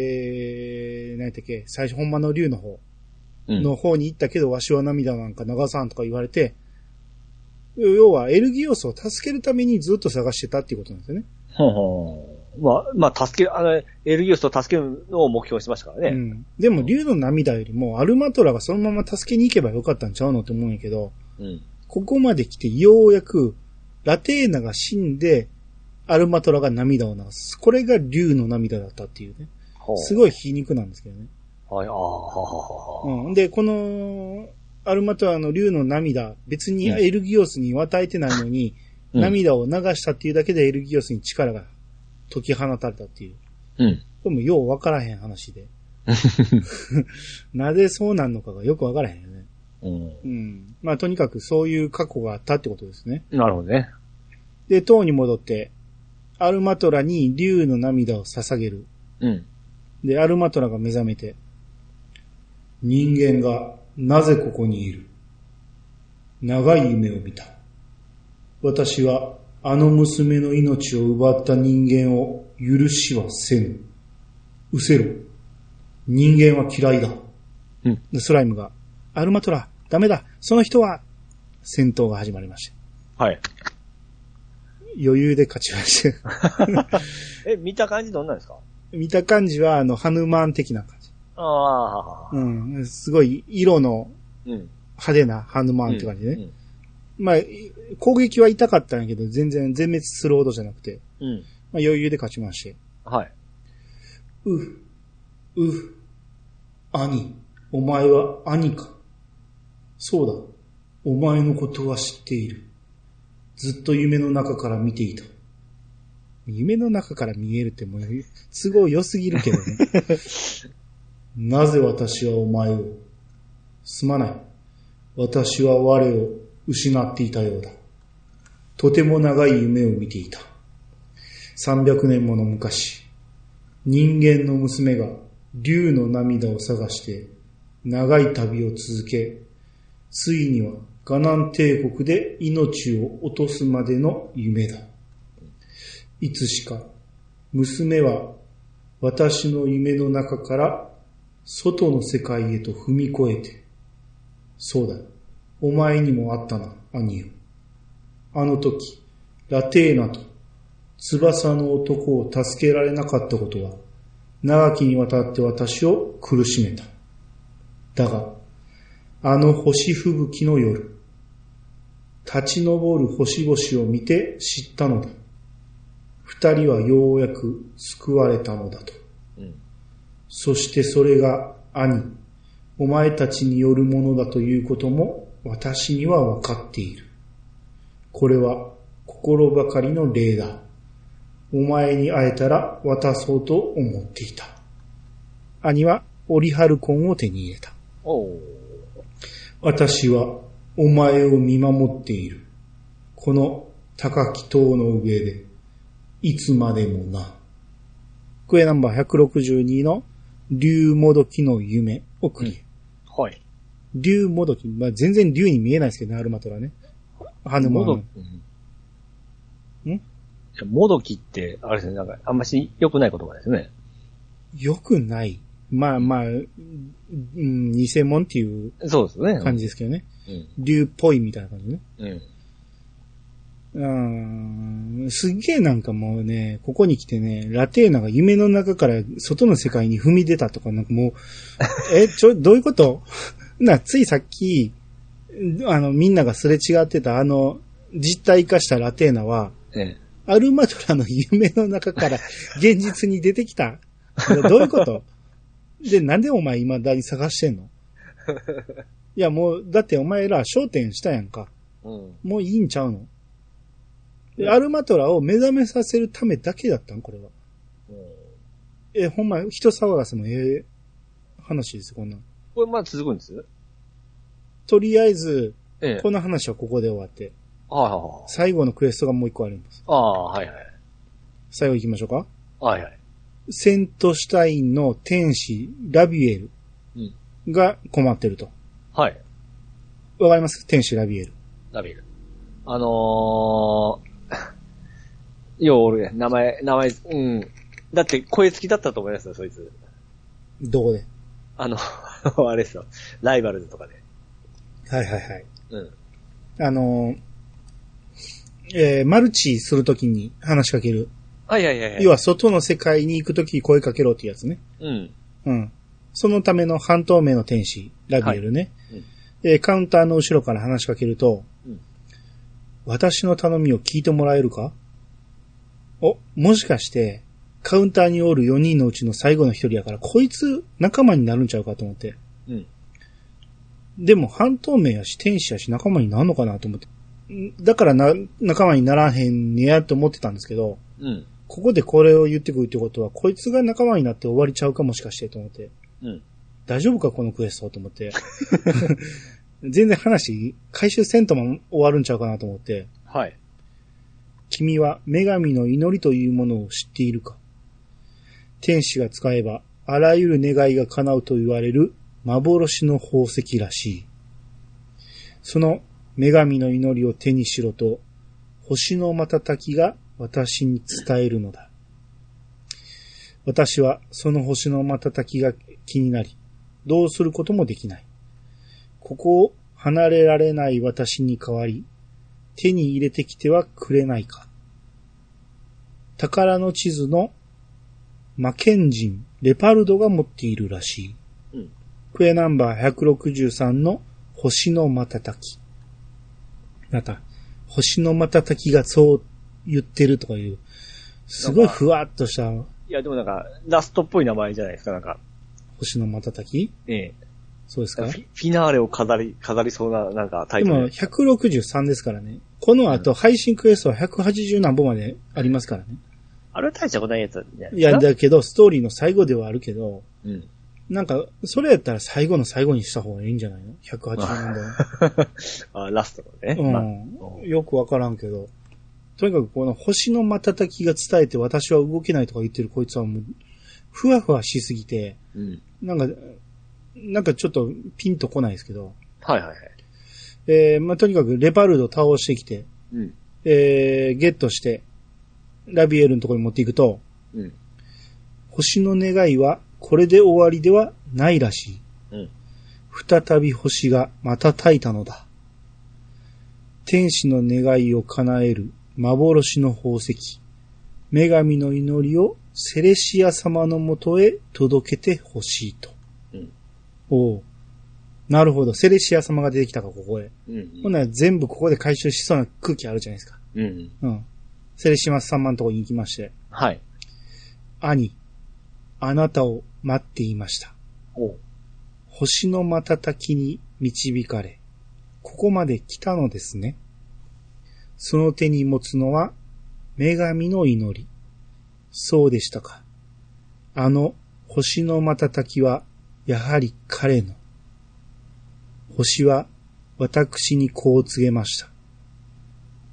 えー、何やったっけ、最初、ほんまの竜の方うんの方に行ったけど、わしは涙なんか流さんとか言われて、要はエルギオスを助けるためにずっと探してたっていうことなんですよね。ほうほうまあ、まあ、助ける、あの、エルギウスを助けるのを目標にしてましたからうね。ん。でも竜の涙よりも、アルマトラがそのまま助けに行けばよかったんちゃうのって思うんやけど、うん。ここまで来てようやく、ラテーナが死んで、アルマトラが涙を流す。これが竜の涙だったっていうね。ほうすごい皮肉なんですけどね。はい、ああ、はははは。うん。で、この、アルマトラの竜の涙、別にうんエルギオスには与えてないのに、うん涙を流したっていうだけでエルギオスに力が解き放たれたっていう。うん。これもようわからへん話 で。なぜそうなんのかがよくわからへんよね。ううん。まあとにかくそういう過去があったってことですね。ん。なるほどね。で、塔に戻って、アルマトラに竜の涙を捧げる。うん。で、アルマトラが目覚めて、人間がなぜここにいる長い夢を見た。私はあの娘の命を奪った人間を許しはせぬ。うせろ。人間は嫌いだ。うんでスライムが、アルマトラ、ダメだ、その人は、戦闘が始まりました。はい。余裕で勝ちました。 え、見た感じどんなんですか見た感じは、あの、ハヌマーン的な感じ。ああ、うん、すごい色のうん。派手なハヌマーンって感じね。まあ、い攻撃は痛かったんやけど、全然全滅するほどじゃなくて、うん。うん。まあ、余裕で勝ちまして。はい。うふ、うふ、兄、お前は兄か。そうだ、お前のことは知っている。ずっと夢の中から見ていた。夢の中から見えるってもう、都合良すぎるけどね。なぜ私はお前を。すまない。私は我を失っていたようだ。とても長い夢を見ていた。300年もの昔、人間の娘が竜の涙を探して長い旅を続け、ついにはガナン帝国で命を落とすまでの夢だ。いつしか娘は私の夢の中から外の世界へと踏み越えて、そうだ、お前にもあったな、兄よ。あの時、ラテーナと翼の男を助けられなかったことは、長きにわたって私を苦しめた。だが、あの星吹雪の夜、立ち上る星々を見て知ったのだ。二人はようやく救われたのだと。うん。そしてそれが兄、お前たちによるものだということも私にはわかっている。これは心ばかりの礼だ。お前に会えたら渡そうと思っていた。兄はオリハルコンを手に入れた。おお。私はお前を見守っている。この高き塔の上で、いつまでもな。クエナンバー162の竜もどきの夢をクリア。はい。竜もどき。まあ、全然竜に見えないですけどね、アルマトラね。ハヌマもどンき。。んいやもどきって、あれですね、なんか、あんまし良くない言葉ですね。よくない。まあまあ、うん、偽物っていうそうですね。感じですけどね。うん。竜っぽいみたいな感じね。うん。うーん、すっげえなんかもうね、ここに来てね、ラテーナが夢の中から外の世界に踏み出たとか、なんかもう、え、ちょ、どういうこと な、ついさっき、あの、みんながすれ違ってたあの、実体化したラテーナは、えアルマトラの夢の中から現実に出てきた。どういうことで、なんでお前今だに探してんのいやもう、だってお前ら焦点したやんか。え。うん。もういいんちゃうのでアルマトラを目覚めさせるためだけだったんこれは。え、ほんま、人騒がせもええ話ですよ、こんなん。これまだ続くんですとりあえず、ええ。この話はここで終わって、はいはい最後のクエストがもう一個あります。ああ、はいはい。最後行きましょうか。はいはい。セントシュタインの天使、ラビエルが困ってると。はい。わかります天使ラビエル。ラビール。あ のー、ようおるやん。名前、名前、うん。だって声付きだったと思いますよ、そいつ。どこであの、 あれですよ。ライバルズとかで。はいはいはい。うん。あのーえーマルチするときに話しかける。はいはいはいはい。要は外の世界に行くときに声かけろっていうやつね。うん。うん。そのための半透明の天使、ラビエルね。はいうんえーカウンターの後ろから話しかけると、うん私の頼みを聞いてもらえるかお、もしかして、カウンターにおる4人のうちの最後の1人やから、こいつ仲間になるんちゃうかと思って。うん。でも半透明やし、天使やし、仲間になるのかなと思って。んだからな、仲間にならへんねやと思ってたんですけど、うん。ここでこれを言ってくるってことは、こいつが仲間になって終わりちゃうかもしかしてと思って。うん。大丈夫かこのクエストと思って。 全然話、回収せんとも終わるんちゃうかなと思って。はい。君は女神の祈りというものを知っているか天使が使えば、あらゆる願いが叶うと言われる幻の宝石らしい。その女神の祈りを手にしろと、星の瞬きが私に伝えるのだ。私はその星の瞬きが気になり、どうすることもできない。ここを離れられない私に代わり、手に入れてきてはくれないか。宝の地図の魔剣人レパルドが持っているらしい。うんクエナンバー163の星の瞬き。また、星の瞬きがそう言ってるとかいう、すごいふわっとしたいや、でもなんか、ラストっぽい名前じゃないですか、なんか。星の瞬きええ。そうですフかィフィナーレを飾り、飾りそうな、なんかタイでトもル。 163ですからね。この後配信クエストは180何本までありますからね。あれは大したことないやつじゃないいですや、か。だけど、ストーリーの最後ではあるけど、うん。なんか、それやったら最後の最後にした方がいいんじゃないの ?180 万 あラストのね。 まあ本。うん。よくわからんけど。とにかくこの星の瞬きが伝えて私は動けないとか言ってるこいつはもう、ふわふわしすぎて、うん。なんか、なんかちょっとピンとこないですけど。はいはいはい。えー、まあ、とにかくレパルド倒してきて、うん。えー、ゲットして、ラビエルのところに持っていくと、うん。星の願いはこれで終わりではないらしい。うん。再び星が瞬いたのだ。天使の願いを叶える幻の宝石、女神の祈りをセレシア様のもとへ届けてほしいと。うんおうなるほど。セレシア様が出てきたか、ここへ。うんほんなら全部ここで回収しそうな空気あるじゃないですか。うん。うん。セレシア様のとこに行きまして、はい。兄、あなたを待っていました。おう星の瞬きに導かれ、ここまで来たのですね。その手に持つのは、女神の祈り。そうでしたか。あの星の瞬きは、やはり彼の。星は、私にこう告げました。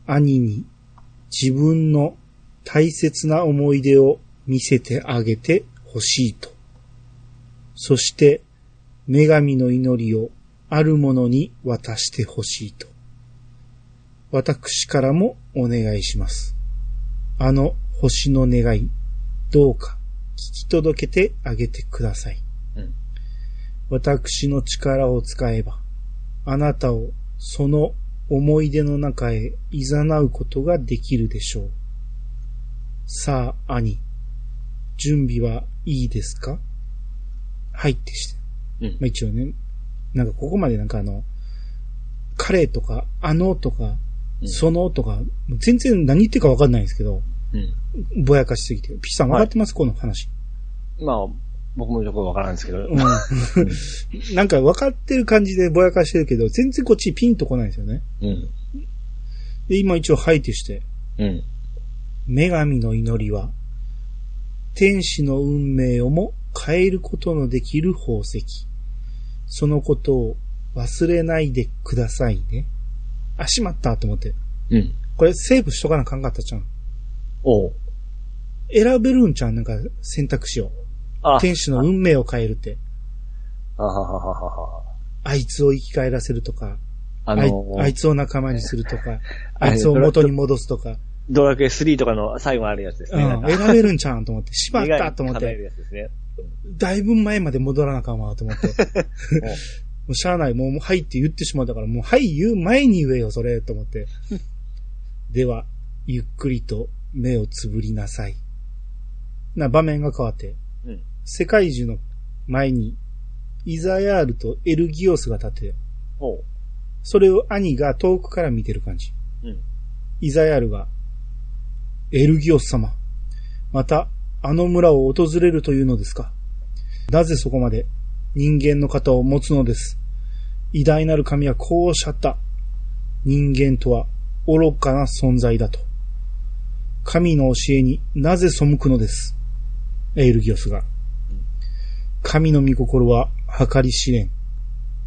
兄に、自分の大切な思い出を見せてあげてほしいと。そして、女神の祈りをあるものに渡してほしいと。私からもお願いします。あの星の願い、どうか聞き届けてあげてください。うん私の力を使えば、あなたをその思い出の中へ誘うことができるでしょう。さあ、兄。準備はいいですかはいってして。うんまあ一応ね、なんかここまでなんかあの、彼とか、あのとか、うんそのとか、もう全然何言ってるかわかんないんですけど、うん。ぼやかしすぎて。ピッチさんわかってます、この話。まあ、僕もよくわからないんですけど。うんなんか 分かってる感じでぼやかしてるけど、全然こっちピンとこないんですよね。うん。で、今一応吐いてして、うん。女神の祈りは、天使の運命をも変えることのできる宝石。そのことを忘れないでくださいね。あ、しまったと思って。うん。これセーブしとかなあかんかったじゃん。おう。選べるんちゃんなんか選択肢を。あ、天使の運命を変えるって。あははははは。あいつを生き返らせるとか、ああのいーあいつを仲間にするとか、 あれあいつを元に戻すとか、ドラクエ3とかの最後のあるやつですうね。なんん、か選べるんちゃうんと思って、しまったと思っ願い叶えて、るやつですね。だいぶ前まで戻らなあかんわと 思って。おうもうしゃあない、もうもうはいって言ってしまったから、もうはい言う前に言えよ、それ、と思って。では、ゆっくりと目をつぶりなさい。な、場面が変わって、うん世界中の前に、イザヤールとエルギオスが立って、おう。それを兄が遠くから見てる感じ。うんイザヤールが、エルギオス様、また、あの村を訪れるというのですかなぜそこまで人間の肩を持つのです偉大なる神はこうおっしゃった。人間とは愚かな存在だと。神の教えになぜ背くのですエルギオスが。神の御心は計り知れん。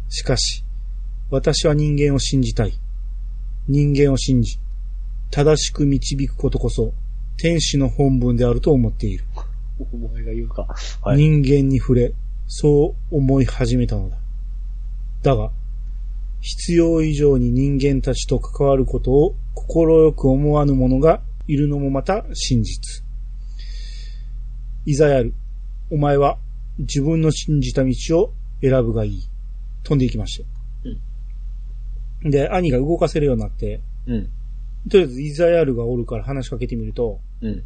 しかし、私は人間を信じたい。人間を信じ、正しく導くことこそ、天使の本文であると思っている。お前が言うか。はい。人間に触れ、そう思い始めたのだ。だが、必要以上に人間たちと関わることを快く思わぬ者がいるのもまた真実。イザヤル、お前は自分の信じた道を選ぶがいい。飛んでいきました。で、兄が動かせるようになって、うん。とりあえずイザヤルがおるから話しかけてみると、うん。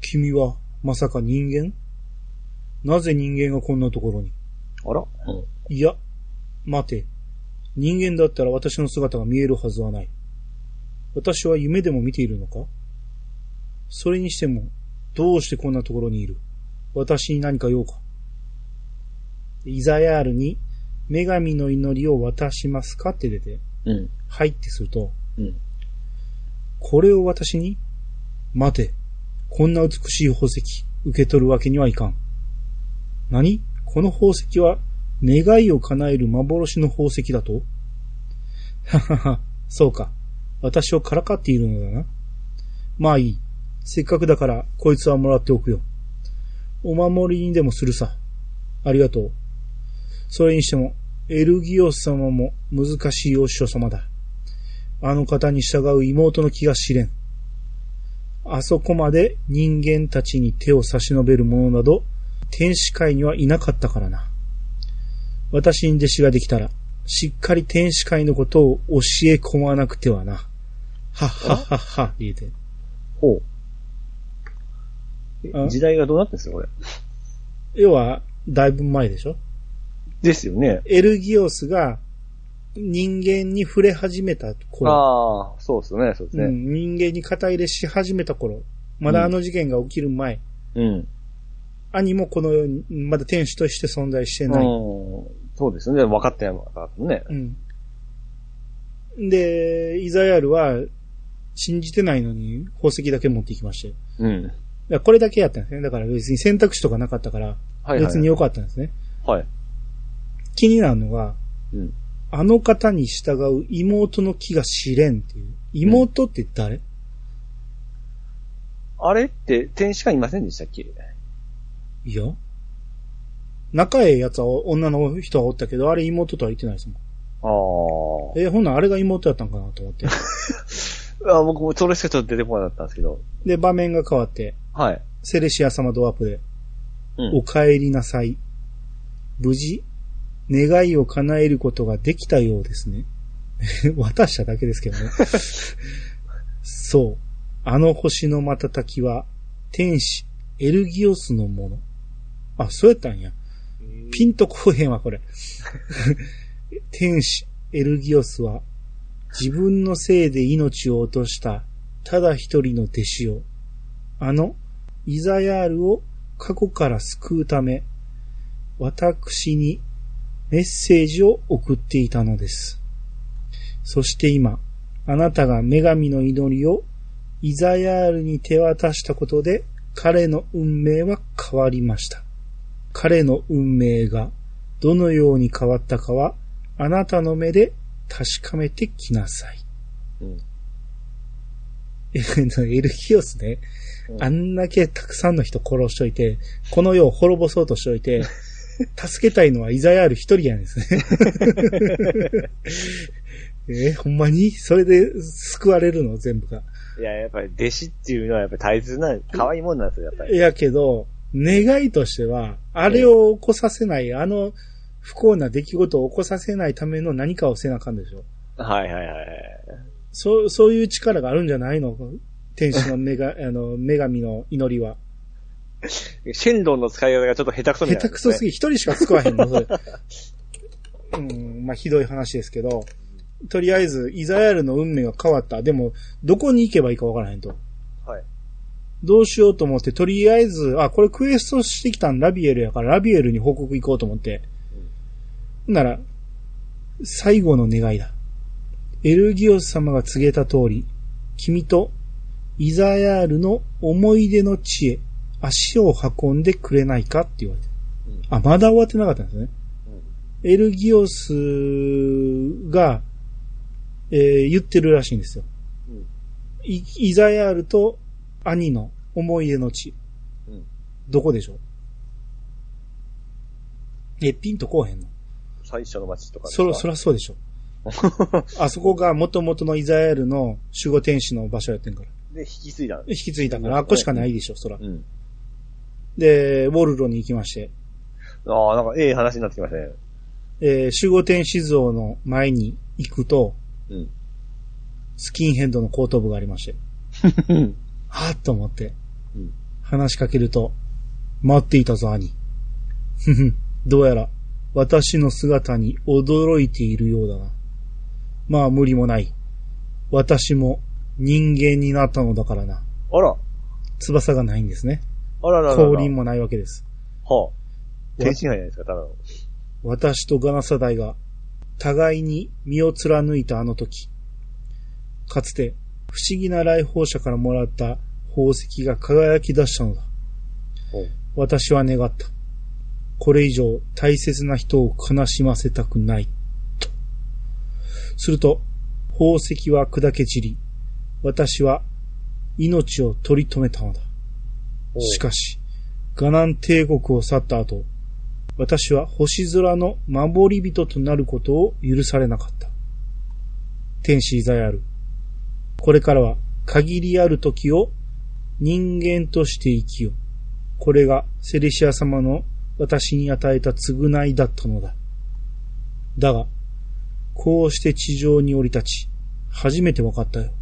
君はまさか人間なぜ人間がこんなところにあらうん。いや、待て。人間だったら私の姿が見えるはずはない。私は夢でも見ているのかそれにしても、どうしてこんなところにいる私に何か用かイザヤールに、女神の祈りを渡しますかって出て、うん。はいってすると、うんこれを私に待て。こんな美しい宝石、受け取るわけにはいかん。何この宝石は、願いを叶える幻の宝石だと ははは、そうか。私をからかっているのだな。まあいい。せっかくだから、こいつはもらっておくよ。お守りにでもするさ。ありがとう。それにしても、エルギオス様も難しいお師匠様だ。あの方に従う妹の気が知れん。あそこまで人間たちに手を差し伸べる者など、天使界にはいなかったからな。私に弟子ができたら、しっかり天使界のことを教え込まなくてはな。はっはっはっは、って言うて。ほう。えあ時代がどうなってんすか、これ。要は、だいぶ前でしょですよね。エルギオスが人間に触れ始めた頃。ああ、そうですよね、そうですうね。ん、人間に肩入れし始めた頃、まだあの事件が起きる前、うん。兄もこの世に、まだ天使として存在してうんない。そうですよね。分かってなかったね。うん。で、イザヤールは、信じてないのに宝石だけ持ってきまして。だかうん。らこれだけやったんですね。だから別に選択肢とかなかったから、はいはい。別に良かったんですね。はい。気になるのが、うんあの方に従う妹の気が知れんっていう。妹って誰、あれって天使がいませんでしたっけいや仲ええやつは女の人はおったけど、あれ妹とは言ってないですもん。あーえーほんならあれが妹だったんかなと思って。あ。僕もそれしかちょっと出てこなかったんですけど。で、場面が変わって、はい。セレシア様ドアップで、うんお帰りなさい。無事、願いを叶えることができたようですね。 渡しただけですけど ね。そう。あの星の瞬きは、天使、エルギオスのもの。あ、そうやったんや。ピンとこへんわ、これ。天使、エルギオスは、自分のせいで命を落とした、ただ一人の弟子を、あの、イザヤールを過去から救うため、私にメッセージを送っていたのです。そして今、あなたが女神の祈りをイザヤールに手渡したことで、彼の運命は変わりました。彼の運命がどのように変わったかは、あなたの目で確かめてきなさい。うん エルヒオスね。うんあんだけたくさんの人殺しといて、この世を滅ぼそうとしとい て、助けたいのはイザヤール一人やんですね。 え、ほんまにそれで救われるの全部が。いや、やっぱり弟子っていうのはやっぱり大切な、可愛いもんなんですよ、やっぱ り。いやけど、願いとしては、あれを起こさせない、あの不幸な出来事を起こさせないための何かをせなあかんでしょ。はいはいはい。そう、そういう力があるんじゃないの天使の女があの女神の祈りは。シェンロンの使い方がちょっと下手くそみ下たいな、手くそすぎ。ぎ、一人しか救わへんの、 それ。うん、まあ、ひどい話ですけど、とりあえず、イザヤールの運命が変わった。でも、どこに行けばいいかわからへんと。はい。どうしようと思って、とりあえず、あ、これクエストしてきたんラビエルやから、ラビエルに報告行こうと思って。なら、最後の願いだ。エルギオス様が告げた通り、君とイザヤールの思い出の地へ足を運んでくれないかって言われて。うんあ、まだ終わってなかったんですね。エルギオスが、えー言ってるらしいんですよ。うんいイザヤールと兄の思い出の地。うんどこでしょうえ、ピンとこうへんの最初の街とかですそか。ら、そらそうで しょ。あそこが元々のイザヤールの守護天使の場所やってんから。で、引き継いだんで引き継いだから、あっこしかないでしょ、そらす。。うん。で、ウォルロに行きまして、ああ、なんかええ話になってきましたね。えー守護天使像の前に行くと、うん。スキンヘッドの後頭部がありまして、うん。はぁと思ってうん、話しかけると、待っていたぞ、兄。ふふん、どうやら、私の姿に驚いているようだな。まあ、無理もない。私も人間になったのだからな。 あら、翼がないんですね。あらららら。降臨もないわけです。はあ。天津飯じゃないですか、ただの。私とガナサダイが、互いに身を貫いたあの時、かつて不思議な来訪者からもらった宝石が輝き出したのだ。私は願った。これ以上大切な人を悲しませたくない。と。すると、宝石は砕け散り、私は命を取り留めたのだ。しかし、ガナン帝国を去った後、私は星空の守り人となることを許されなかった。天使イザヤール。これからは限りある時を人間として生きよ。これがセレシア様の私に与えた償いだったのだ。だが、こうして地上に降り立ち、初めて分かったよ。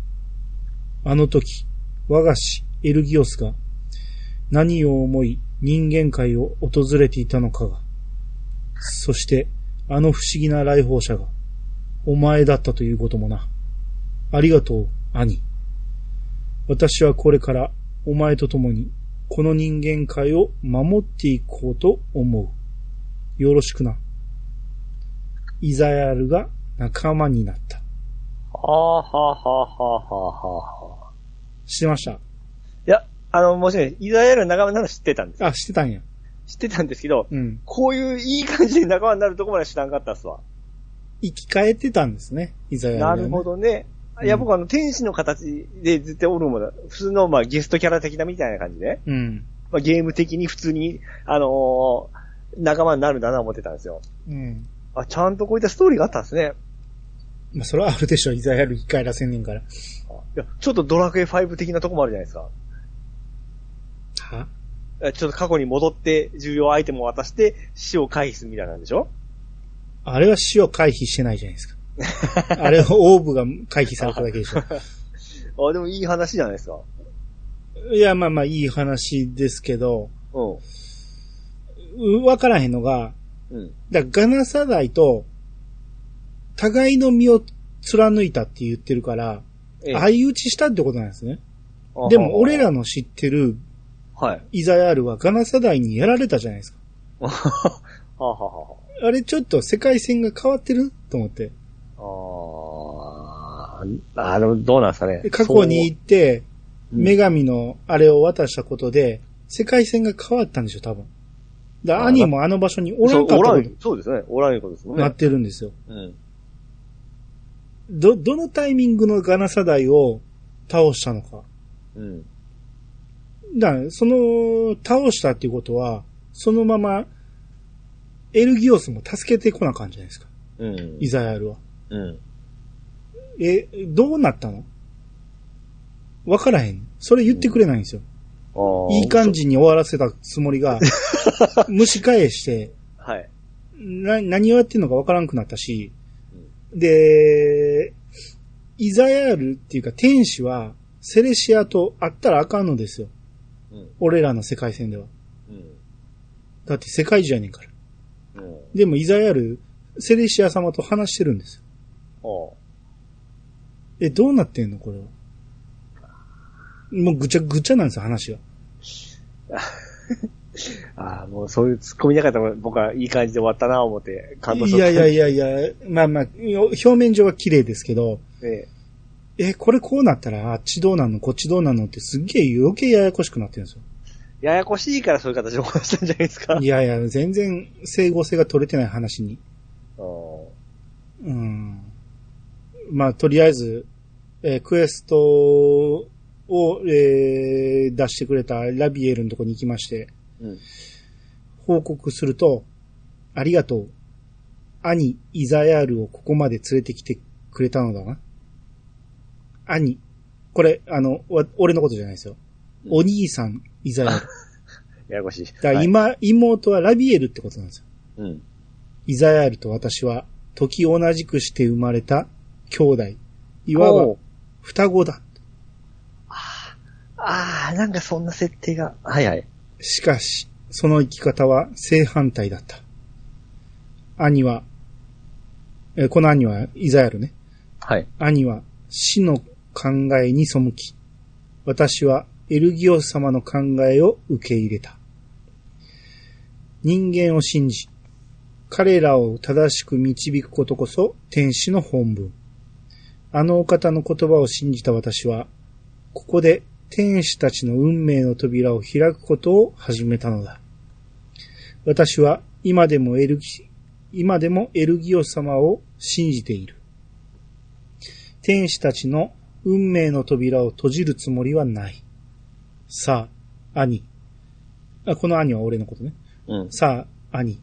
あの時、我が師エルギオスが何を思い人間界を訪れていたのかが、そしてあの不思議な来訪者が、お前だったということもな。ありがとう、兄。私はこれからお前と共にこの人間界を守っていこうと思う。よろしくな。イザヤールが仲間になった。はあはあはあはあはあはあ。知ってましたいや、あの、もちろん、イザヤルの仲間なら知ってたんですよ。あ、知ってたんや。知ってたんですけど、うん。こういういい感じで仲間になるとこまで知らんかったっすわ。生き返ってたんですね、イザヤールがなね、るほどね。うんいや、僕あの、天使の形で絶対おるもんだ。普通の、まあ、ゲストキャラ的なみたいな感じで。うん。まあ、ゲーム的に普通に、あのー仲間になるんだな思ってたんですよ。うん。あ、ちゃんとこういったストーリーがあったんですね。まあ、それはあるでしょ。イザヤル一回らせんねんから。あいや、ちょっとドラクエ5的なとこもあるじゃないですか。はえちょっと過去に戻って重要アイテムを渡して死を回避するみたいなんでしょあれは死を回避してないじゃない ですか。あれはオーブが回避されただけでしょ。あ、でもいい話じゃないですか。いや、まあまあ、いい話ですけど、うん。うわからへんのが、うん。だからガナサダイと、互いの身を貫いたって言ってるから、ええ相打ちしたってことなんですね。でも、俺ら、の知ってるはい。イ ザヤールはガナサダイにやられたじゃないですか。はあはあれちょっと世界線が変わってると思って。あはあ。あーあ、でもどうなんですかね。過去に行って、そう、うん女神のあれを渡したことで、世界線が変わったんでしょ、多分。だからあ兄もあの場所におらそんうかったおらこん、そうですね。おらんいうことですもとんなねっ。てるんですよ。うん。ど、どのタイミングのガナサダイを倒したのか。うん。だからその、倒したっていうことは、そのまま、エルギオスも助けてこなあかんじゃないですか。うんイ。ザヤールは。うん。え、どうなったのわからへん。それ言ってくれないんですよ。あーいい感。じに終わらせたつもり が、蒸し返して、はい。な、何をやってんのかわからんくなったし、で、イザヤールっていうか天使は、セレシアと会ったらあかんのですよ。うん。俺らの世界線では。うん。だって世界中やねんから。うん。でもイザヤール、セレシア様と話してるんですよ。あえ、どうなってんのこれは。もうぐちゃぐちゃなんですよ、話が。ああ、もうそういう突っ込みなかったら僕はいい感じで終わったな思って感動しいました。やいやいやいや、まあまあ、よ表面上は綺麗ですけど、 えええ、これこうなったら、あっちどうなんの、こっちどうなんのってすっげえ余計ややこしくなってるんですよ。ややこしいからそういう形で終わらせたんじゃないですか。 いやいや、全然整合性が取れてない話に。うんうん。まあ、とりあえず、えークエストを、えー出してくれたラビエルのとこに行きまして、うん。報告すると、ありがとう。兄、イザヤールをここまで連れてきてくれたのだな。兄、これ、あの、わ俺のことじゃないですよ。うんお兄さん、イザヤ ール。ややこしい。だからはい、今、妹はラビエルってことなんですよ。うん。イザヤールと私は、時を同じくして生まれた兄弟。いわばおう、双子だ。ああ、なんかそんな設定が。はいはい。しかし、その生き方は正反対だった。兄は、えーこの兄はイザヤールね。はい。兄は死の考えに背き、私はエルギオス様の考えを受け入れた。人間を信じ、彼らを正しく導くことこそ天使の本文。あのお方の言葉を信じた私は、ここで天使たちの運命の扉を開くことを始めたのだ。私は今でもエルギ、今でもエルギオス様を信じている。天使たちの運命の扉を閉じるつもりはない。さあ、兄。あ、この兄は俺のことね。うん。さあ、兄。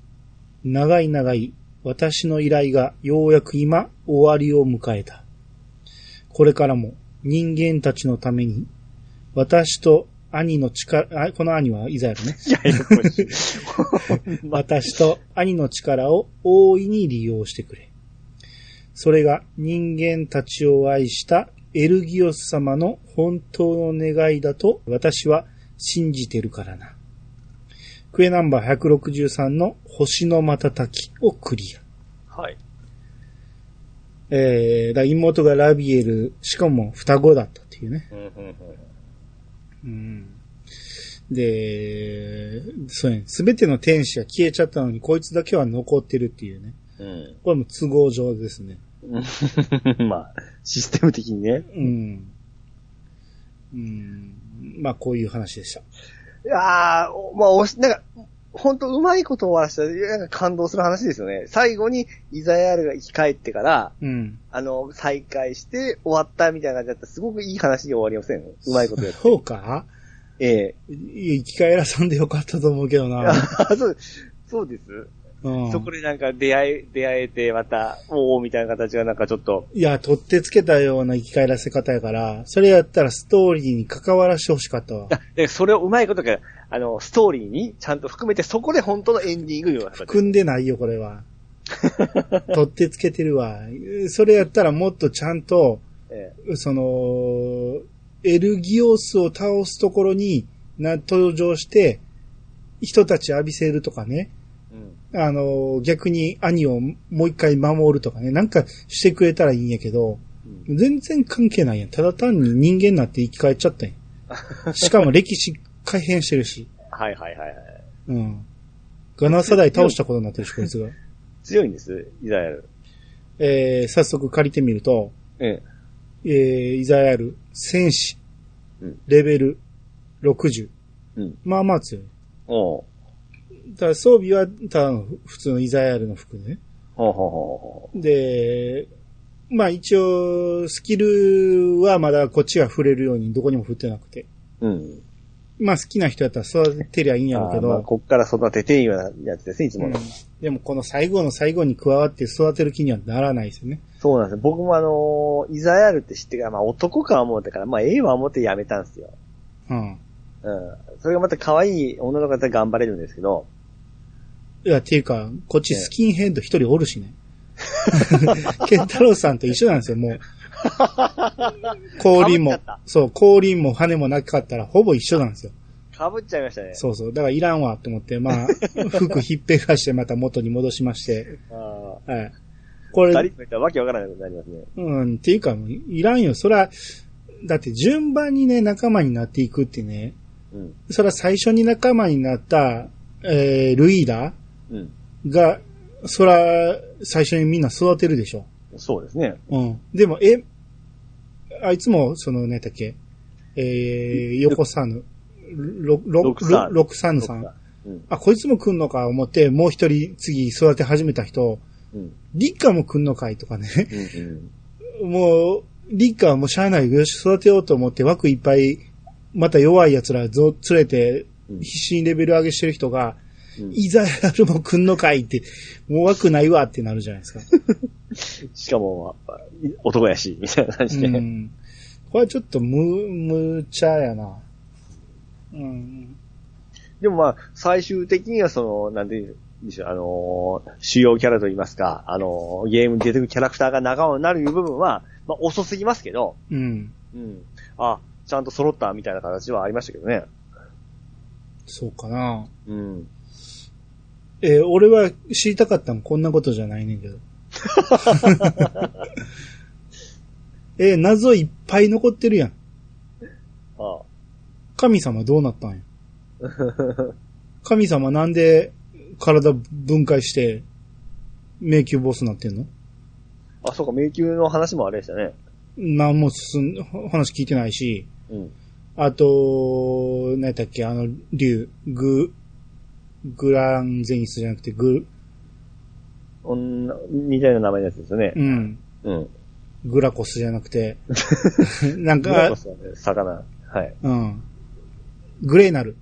長い長い私の依頼がようやく今終わりを迎えた。これからも人間たちのために私と兄の力、あ、この兄はイザヤルね。ややこしい。ま私と兄の力を大いに利用してくれ。それが人間たちを愛したエルギオス様の本当の願いだと私は信じてるからな。クエナンバー163の星の瞬きをクリア。 はい。えー、だ妹がラビエル、しかも双子だったっていうね。うんうんうん。うん。で、そうね、すべての天使は消えちゃったのに、こいつだけは残ってるっていうね。うんこれも都合上ですね。うん。 まあ、システム的にね。うん。うん。まあ、こういう話でした。いやーおまあ、おし、なんか、ほんとうまいこと終わらせた、なんか感動する話ですよね。最後に、イザヤールが生き返ってから、うん。あの、再会して終わったみたいな感じだったら、すごくいい話に終わりませんうまいことやって。そうか ええい生き返らさんでよかったと思うけどな。あそうそうです。うん。そこでなんか出会え、出会えて、また、おーみたいな形がなんかちょっと、いや、取ってつけたような生き返らせ方やから、それやったらストーリーに関わらしてほしかったわあ。でそれをうまいことが、あの、ストーリーにちゃんと含めて、そこで本当のエンディングような形。組んでないよ、これ は。取ってつけてるわ。それやったらもっとちゃんと、えその、エルギオスを倒すところにな登場して、人たち浴びせるとかね。えうん。あの、逆に兄をもう一回守るとかね。なんかしてくれたらいいんやけど、うん全然関係ないやん。ただ単に人間になって生き返っちゃったん や。しかも歴史改変してるし。はいはいはいはい。うん。ガナー世代倒したことになってるし、こい つが。強いんです、イザヤル。えー、早速借りてみると、ええ。えー、イザヤル、戦士うん、レベル60。うん。まあまあ強い。おうだから装備はただの普通のイザヤルの服ね。ほうほうほうほで、まあ一応、スキルはまだこっちが触れるようにどこにも振ってなくて。う。うん。まあ好きな人やったら育てりゃいいんやろうけあーまあど、こっから育てていいようなやつですね、いつもの。うんでもこの最後の最後に加わって育てる気にはならないですよね。そうなんですよ僕もあのーイザヤルって知ってから、まあ男か思ってから、まあええわ思ってやめたんですよ。うん。うん。それがまた可愛い女の方が頑張れるんですけど、いや、っていうか、こっちスキンヘッド一人おるし ね。ケンタロウさんと一緒なんですよ、 もう。降臨被もっちゃった、そう、降臨も羽もなかったらほぼ一緒なんですよ。被っちゃいましたね。そうそう。だからいらんわと思って、ま あ、服ひっぺがしてまた元に戻しまして。あはい。こー二れ、人といったらわけわからなくなりますね。うん、っていうか、いらんよ。そら、だって順番にね、仲間になっていくってね、うん。そら最初に仲間になった、えー、ルイーダうん。が、そら、最初にみんな育てるでしょ。そうですね。うん。でも、え、あいつも、その、ねだっけ、えー、横サヌ、ろろロクサーヌろクサヌさん。うん。あ、こいつも来んのか思って、もう一人次育て始めた人、うん。リッカも来んのかいとかね。 うん。うん。もう、リッカはもうしゃあない。よし、育てようと思って枠いっぱい、また弱い奴らぞ連れて、うん必死にレベル上げしてる人が、うんいざやるも来んのかいって、もう枠ないわってなるじゃないですか。しかも、まあ男やし、みたいな感じで。うん。これはちょっとむ、むちゃやな。うん。でもまあ、最終的にはその、なんて言うんでしょう、あのー主要キャラといいますか、あのーゲームに出てくるキャラクターが仲間になるいう部分は、まあ遅すぎますけど、うん。うん。あ、ちゃんと揃ったみたいな形はありましたけどね。そうかな。うん。えー俺は知りたかったのこんなことじゃないねんけど。 えー謎いっぱい残ってるやん。あ神様どうなったんや。神様なんで体分解して迷宮ボスになってんのあ、そうか、迷宮の話もあれでしたね。なんも進ん、ほ話聞いてないし、うん。あと、何やったっけ、あの、竜、グ、グランゼニスじゃなくてグ、おんみたいな名前のやつですよねう。ん、うん。グラコスじゃなくて、なんグかラコ、スはね、魚。はい。うん。グレーナル。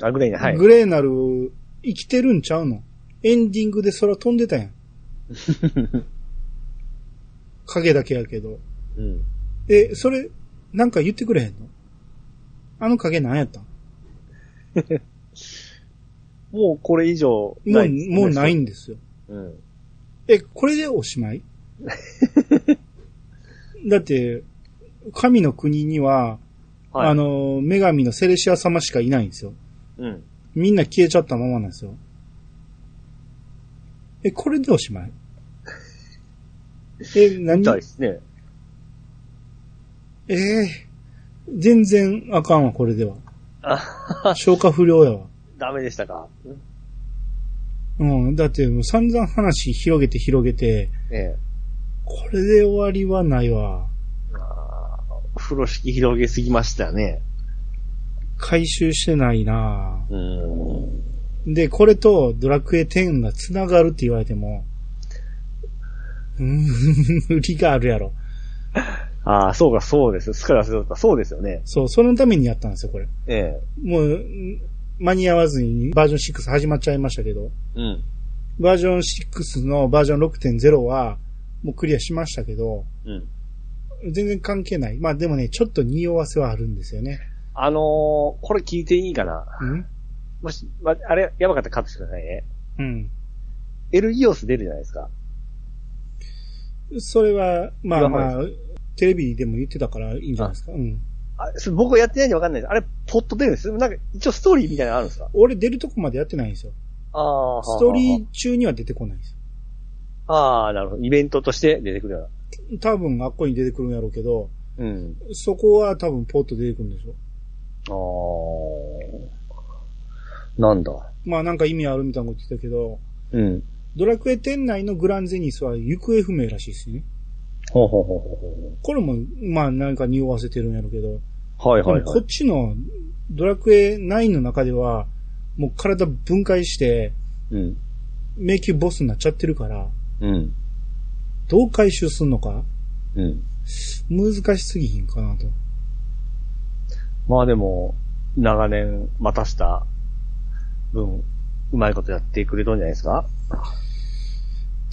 あ、グレイね、はい。グレーナル、生きてるんちゃうのエンディングで空飛んでたやん。影だけやけど。うん。え、それ、なんか言ってくれへんのあの影何やったんもうこれ以上もなう、いですね、もうないんですよ。うん。え、これでおしま いだって、神の国には、はい。あ、の、女神のセレシア様しかいないんですよ。うん。みんな消えちゃったままなんですよ。え、これでおしまいえ、何みたいですね。ええ全然あかんわ、これでは。あ消化不良やわ。ダメでしたか。うん、だってもう散々話広げて広げて、ええ。これで終わりはないわ。あー風呂敷広げすぎましたね。回収してないなうーん。で、これとドラクエ10が繋がるって言われても、うーん、 無理があるやろ。ああ、そうか、そうです。スカラスだった。そうですよね。そう、そのためにやったんですよ、これ。ええ。もう、ん間に合わずにバージョン6始まっちゃいましたけど、うん。バージョン6のバージョン6.0はもうクリアしましたけど、うん。全然関係ない。まあでもね、ちょっと匂わせはあるんですよね。あのー、これ聞いていいかなうんもし、ま、あれ、やばかったらカットしてくださいね。うん。エルイオス出るじゃないですか。それは、まあ言わまなあ、テレビでも言ってたからいいんじゃないですか。うん。あそれ僕はやってないんでわかんないです。あれ、ポッと出るんですなんか、一応ストーリーみたいなのあるんですか俺出るとこまでやってないんですよ。ああ、ストーリー。ー中には出てこないんですああ、なるほど。イベントとして出てくるよよ。多分あっこに出てくるんやろうけど、うな。うん。そこは多分ポッと出てくるんでしょ。ああ。なんだ。まあなんか意味あるみたいなこと言ってたけど、うん。ドラクエ店内のグランゼニスは行方不明らしいですよね。ほうほうほうほうほこれも、まあなんか匂わせてるんやろうけど、う。はいではいもはこいっ。ちのドラクエ9の中では、もう体分解して、うん。迷宮ボスになっちゃってるから、うん。どう回収すんのかうん。難しすぎひんかなと。まあでも、長年待たした分、うまいことやってくれとんじゃないですか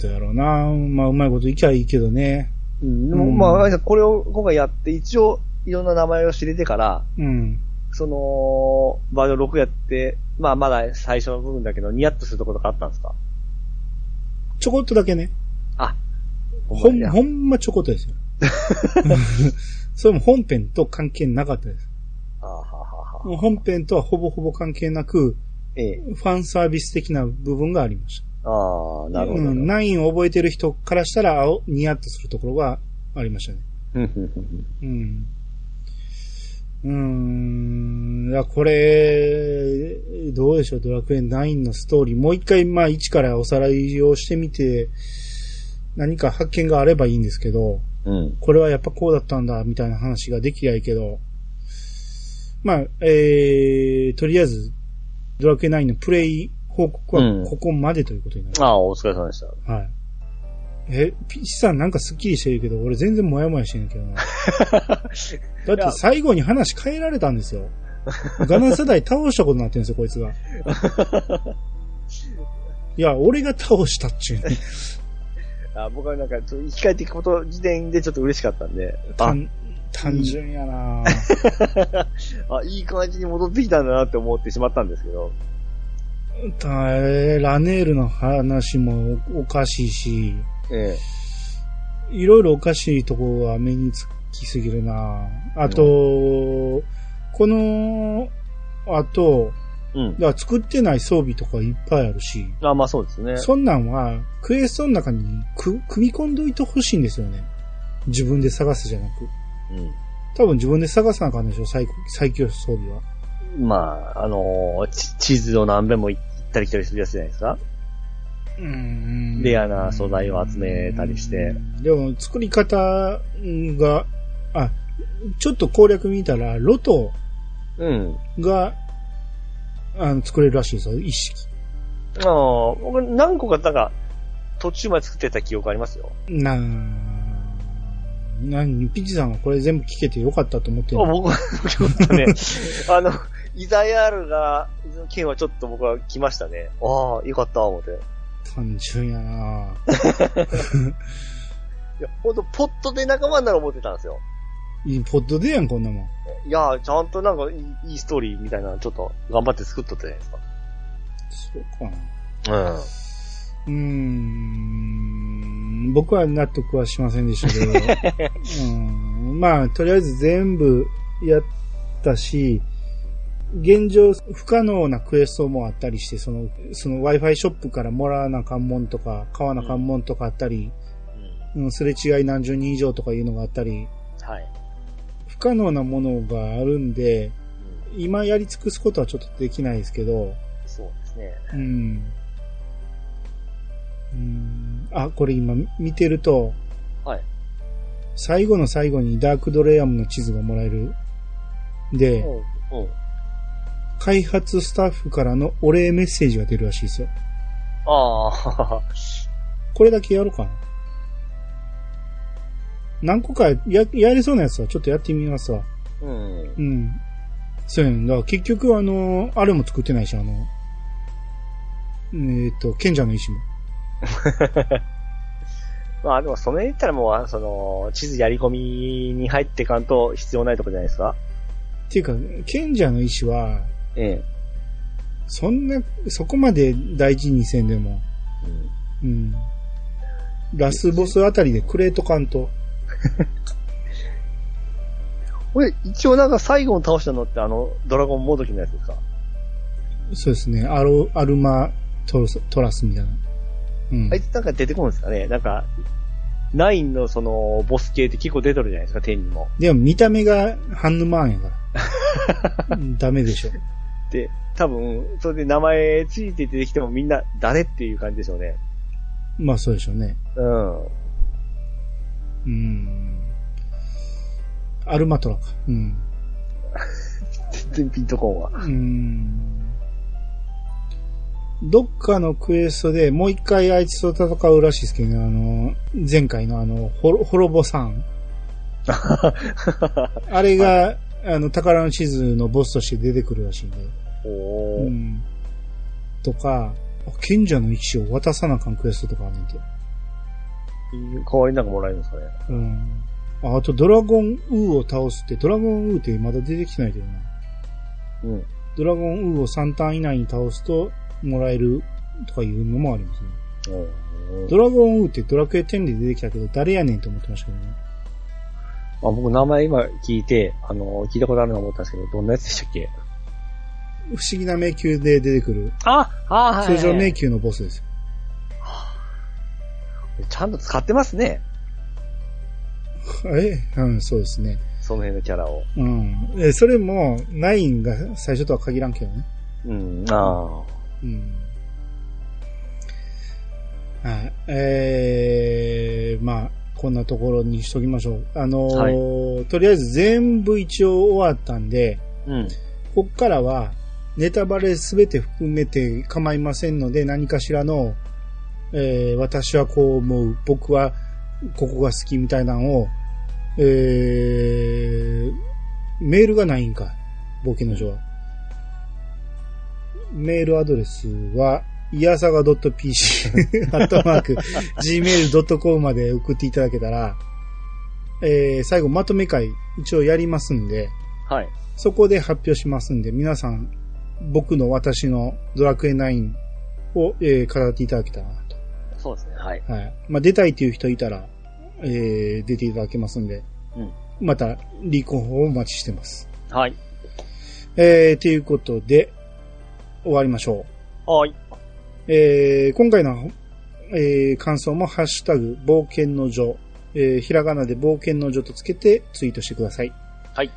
どうやろうなまあうまいこといきゃいいけどね。うん。でも、うんまああれです、これを今回やって、一応、いろんな名前を知れてから、うん。その、バージョン6やって、まあまだ最初の部分だけど、ニヤッとするところとかあったんですかちょこっとだけね。あ、ほん、まほんまちょこっとです よ。 それも本編と関係なかったです。あははは。もう本編とはほぼほぼ関係なく、ええ。ファンサービス的な部分がありました。ああ、なるほど。うん、なる9を覚えてる人からしたら、おニヤッとするところがありましたね。ほどふんふんふんふうんん。うーん。いや、これ、どうでしょう、ドラクエ9のストーリー。もう一回、まあ、一からおさらいをしてみて、何か発見があればいいんですけど、うん。これはやっぱこうだったんだ、みたいな話ができりゃいいけど、まあ、えー、とりあえず、ドラクエ9のプレイ報告うんはここまでということになる。ああ、お疲れ様でした。はい。え、ピッチさんなんかスッキリしてるけど、俺全然モヤモヤしてんだけどな。 だって最後に話変えられたんですよ。ガナ世代倒したことになってるんですよ、こいつが。 いや、俺が倒したっちゅうね。あ僕はなんか、ちょっと生き返っていくこと時点でちょっと嬉しかったんで、あ、単単純やなあいい感じに戻ってきたんだなって思ってしまったんですけど、たえラネールの話もおかしいし、ええ。いろいろおかしいとこは目につきすぎるなあと、この、あと、うん。だから作ってない装備とかいっぱいあるし、あまあそうですね。そんなんはクエストの中にく組み込んどいてほしいんですよね。自分で探すじゃなく。多分自分で探さなあかんでしょ、最最強装備は。うん。まあ、あのーち地図を何遍も行ったり来たりするやつじゃないですか。うんレアな素材を集めたりして。でも作り方が、あ、ちょっと攻略見たら、ロトうん。が、あの、作れるらしいですよ、一式。ああ、僕何個か、なんか、途中まで作ってた記憶ありますよ。ななんピッチさんはこれ全部聞けてよかったと思ってるあ僕は、ちょっとね、 あの、イザヤールが、の件はちょっと僕は来ましたね。ああ、よかった、思って。い単純やなや、ほんと、ポットで仲間になる思ってたんですよ。いいポッドでやん、こんなもん。いやー、ちゃんとなんかいい、いいストーリーみたいなのちょっと頑張って作っとったじゃないですか。そうかな。ううん。ーん、僕は納得はしませんでしたけ ど。うんまあ、とりあえず全部やったし、現状不可能なクエストもあったりして、その、その Wi-Fi ショップからもらわな関門とか、買わな関門とかあったり、うん、すれ違い何十人以上とかいうのがあったり、はい。不可能なものがあるんで、うん今やり尽くすことはちょっとできないですけど、そうですね。うん。うんあ、これ今見てると、はい最後の最後にダークドレアムの地図がもらえる。で、うん。うん。開発スタッフからのお礼メッセージが出るらしいですよ。ああ、これだけやろうかな。何個かや、やりそうなやつはちょっとやってみますわ。 うん。うん。そうやんだ。結局、あのーあれも作ってないし、あの、えっ、と、賢者の石も。まあでも、それ言ったらもうあ、その、地図やり込みに入ってかんと必要ないとこじゃないですかっていうか、賢者の石は、ええ。そんな、そこまで大事にせんでも、うんうん。ラスボスあたりでクレートカント。これ、一応なんか最後に倒したのってあの、ドラゴンモドキのやつですかそうですね。アロ、アルマトロス、トラスみたいな。うんあい。つなんか出てこるんですかねなんか、ナインのその、ボス系って結構出てるじゃないですか、天にも。でも見た目がハンヌマーンやから。うんダメでしょ。で、多分、それで名前ついて出てきてもみんな誰っていう感じでしょうね。まあそうでしょうね。うん。うん。アルマトラか。うん。全然ピンとこんわ。うん。どっかのクエストでもう一回あいつと戦うらしいですけどね、あの、前回のあの、ほろ、ほろぼさん。あれが、あの、宝の地図のボスとして出てくるらしいんで。おー。うん。とか、あ賢者の石を渡さなあかんクエストとかあんねんて。代わりなんかもらえるんですかねうん。ああと、ドラゴンウーを倒すって、ドラゴンウーってまだ出てきてないけどな。うん。ドラゴンウーを3ターン以内に倒すと、もらえるとかいうのもありますね。うんドラゴンウーってドラクエ10で出てきたけど、誰やねんと思ってましたけどね。あ僕名前今聞いて、あの、聞いたことあるの思ったんですけど、どんなやつでしたっけ不思議な迷宮で出てくる、あ、あはい。通常迷宮のボスですよ。ちゃんと使ってますね。えうん、そうですね。その辺のキャラを。うん。え、それも、ナインが最初とは限らんけどね。うん、あうん。はい。えー、まあ、こんなところにしときましょう。あのーとりあえず全部一応終わったんで、あ。うん。こっからは、ネタバレすべて含めて構いませんので、何かしらの、えー私はこう思う、僕はここが好きみたいなのを、えーメールがないんか、冒険の書は。メールアドレスは、いやさが .pc、アットマーク、gmail.com まで送っていただけたら、えー最後まとめ会、一応やりますんで、はい。そこで発表しますんで、皆さん、僕の私のドラクエ9を、えー語っていただけたらなと。そうですね。はい。はい。まあ、出たいという人いたら、えー出ていただけますんで、うんまた、離婚法をお待ちしてます。はい。えー、ということで、終わりましょはい。う。えー、今回の、えー感想もハッシュタグ、冒険の女、えーひらがなで冒険の女とつけてツイートしてください。はい。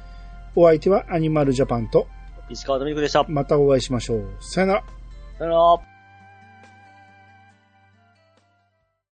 お相手はアニマルジャパンと、石川とみくでした。さまたお会いしましょう。さよなら。よなら。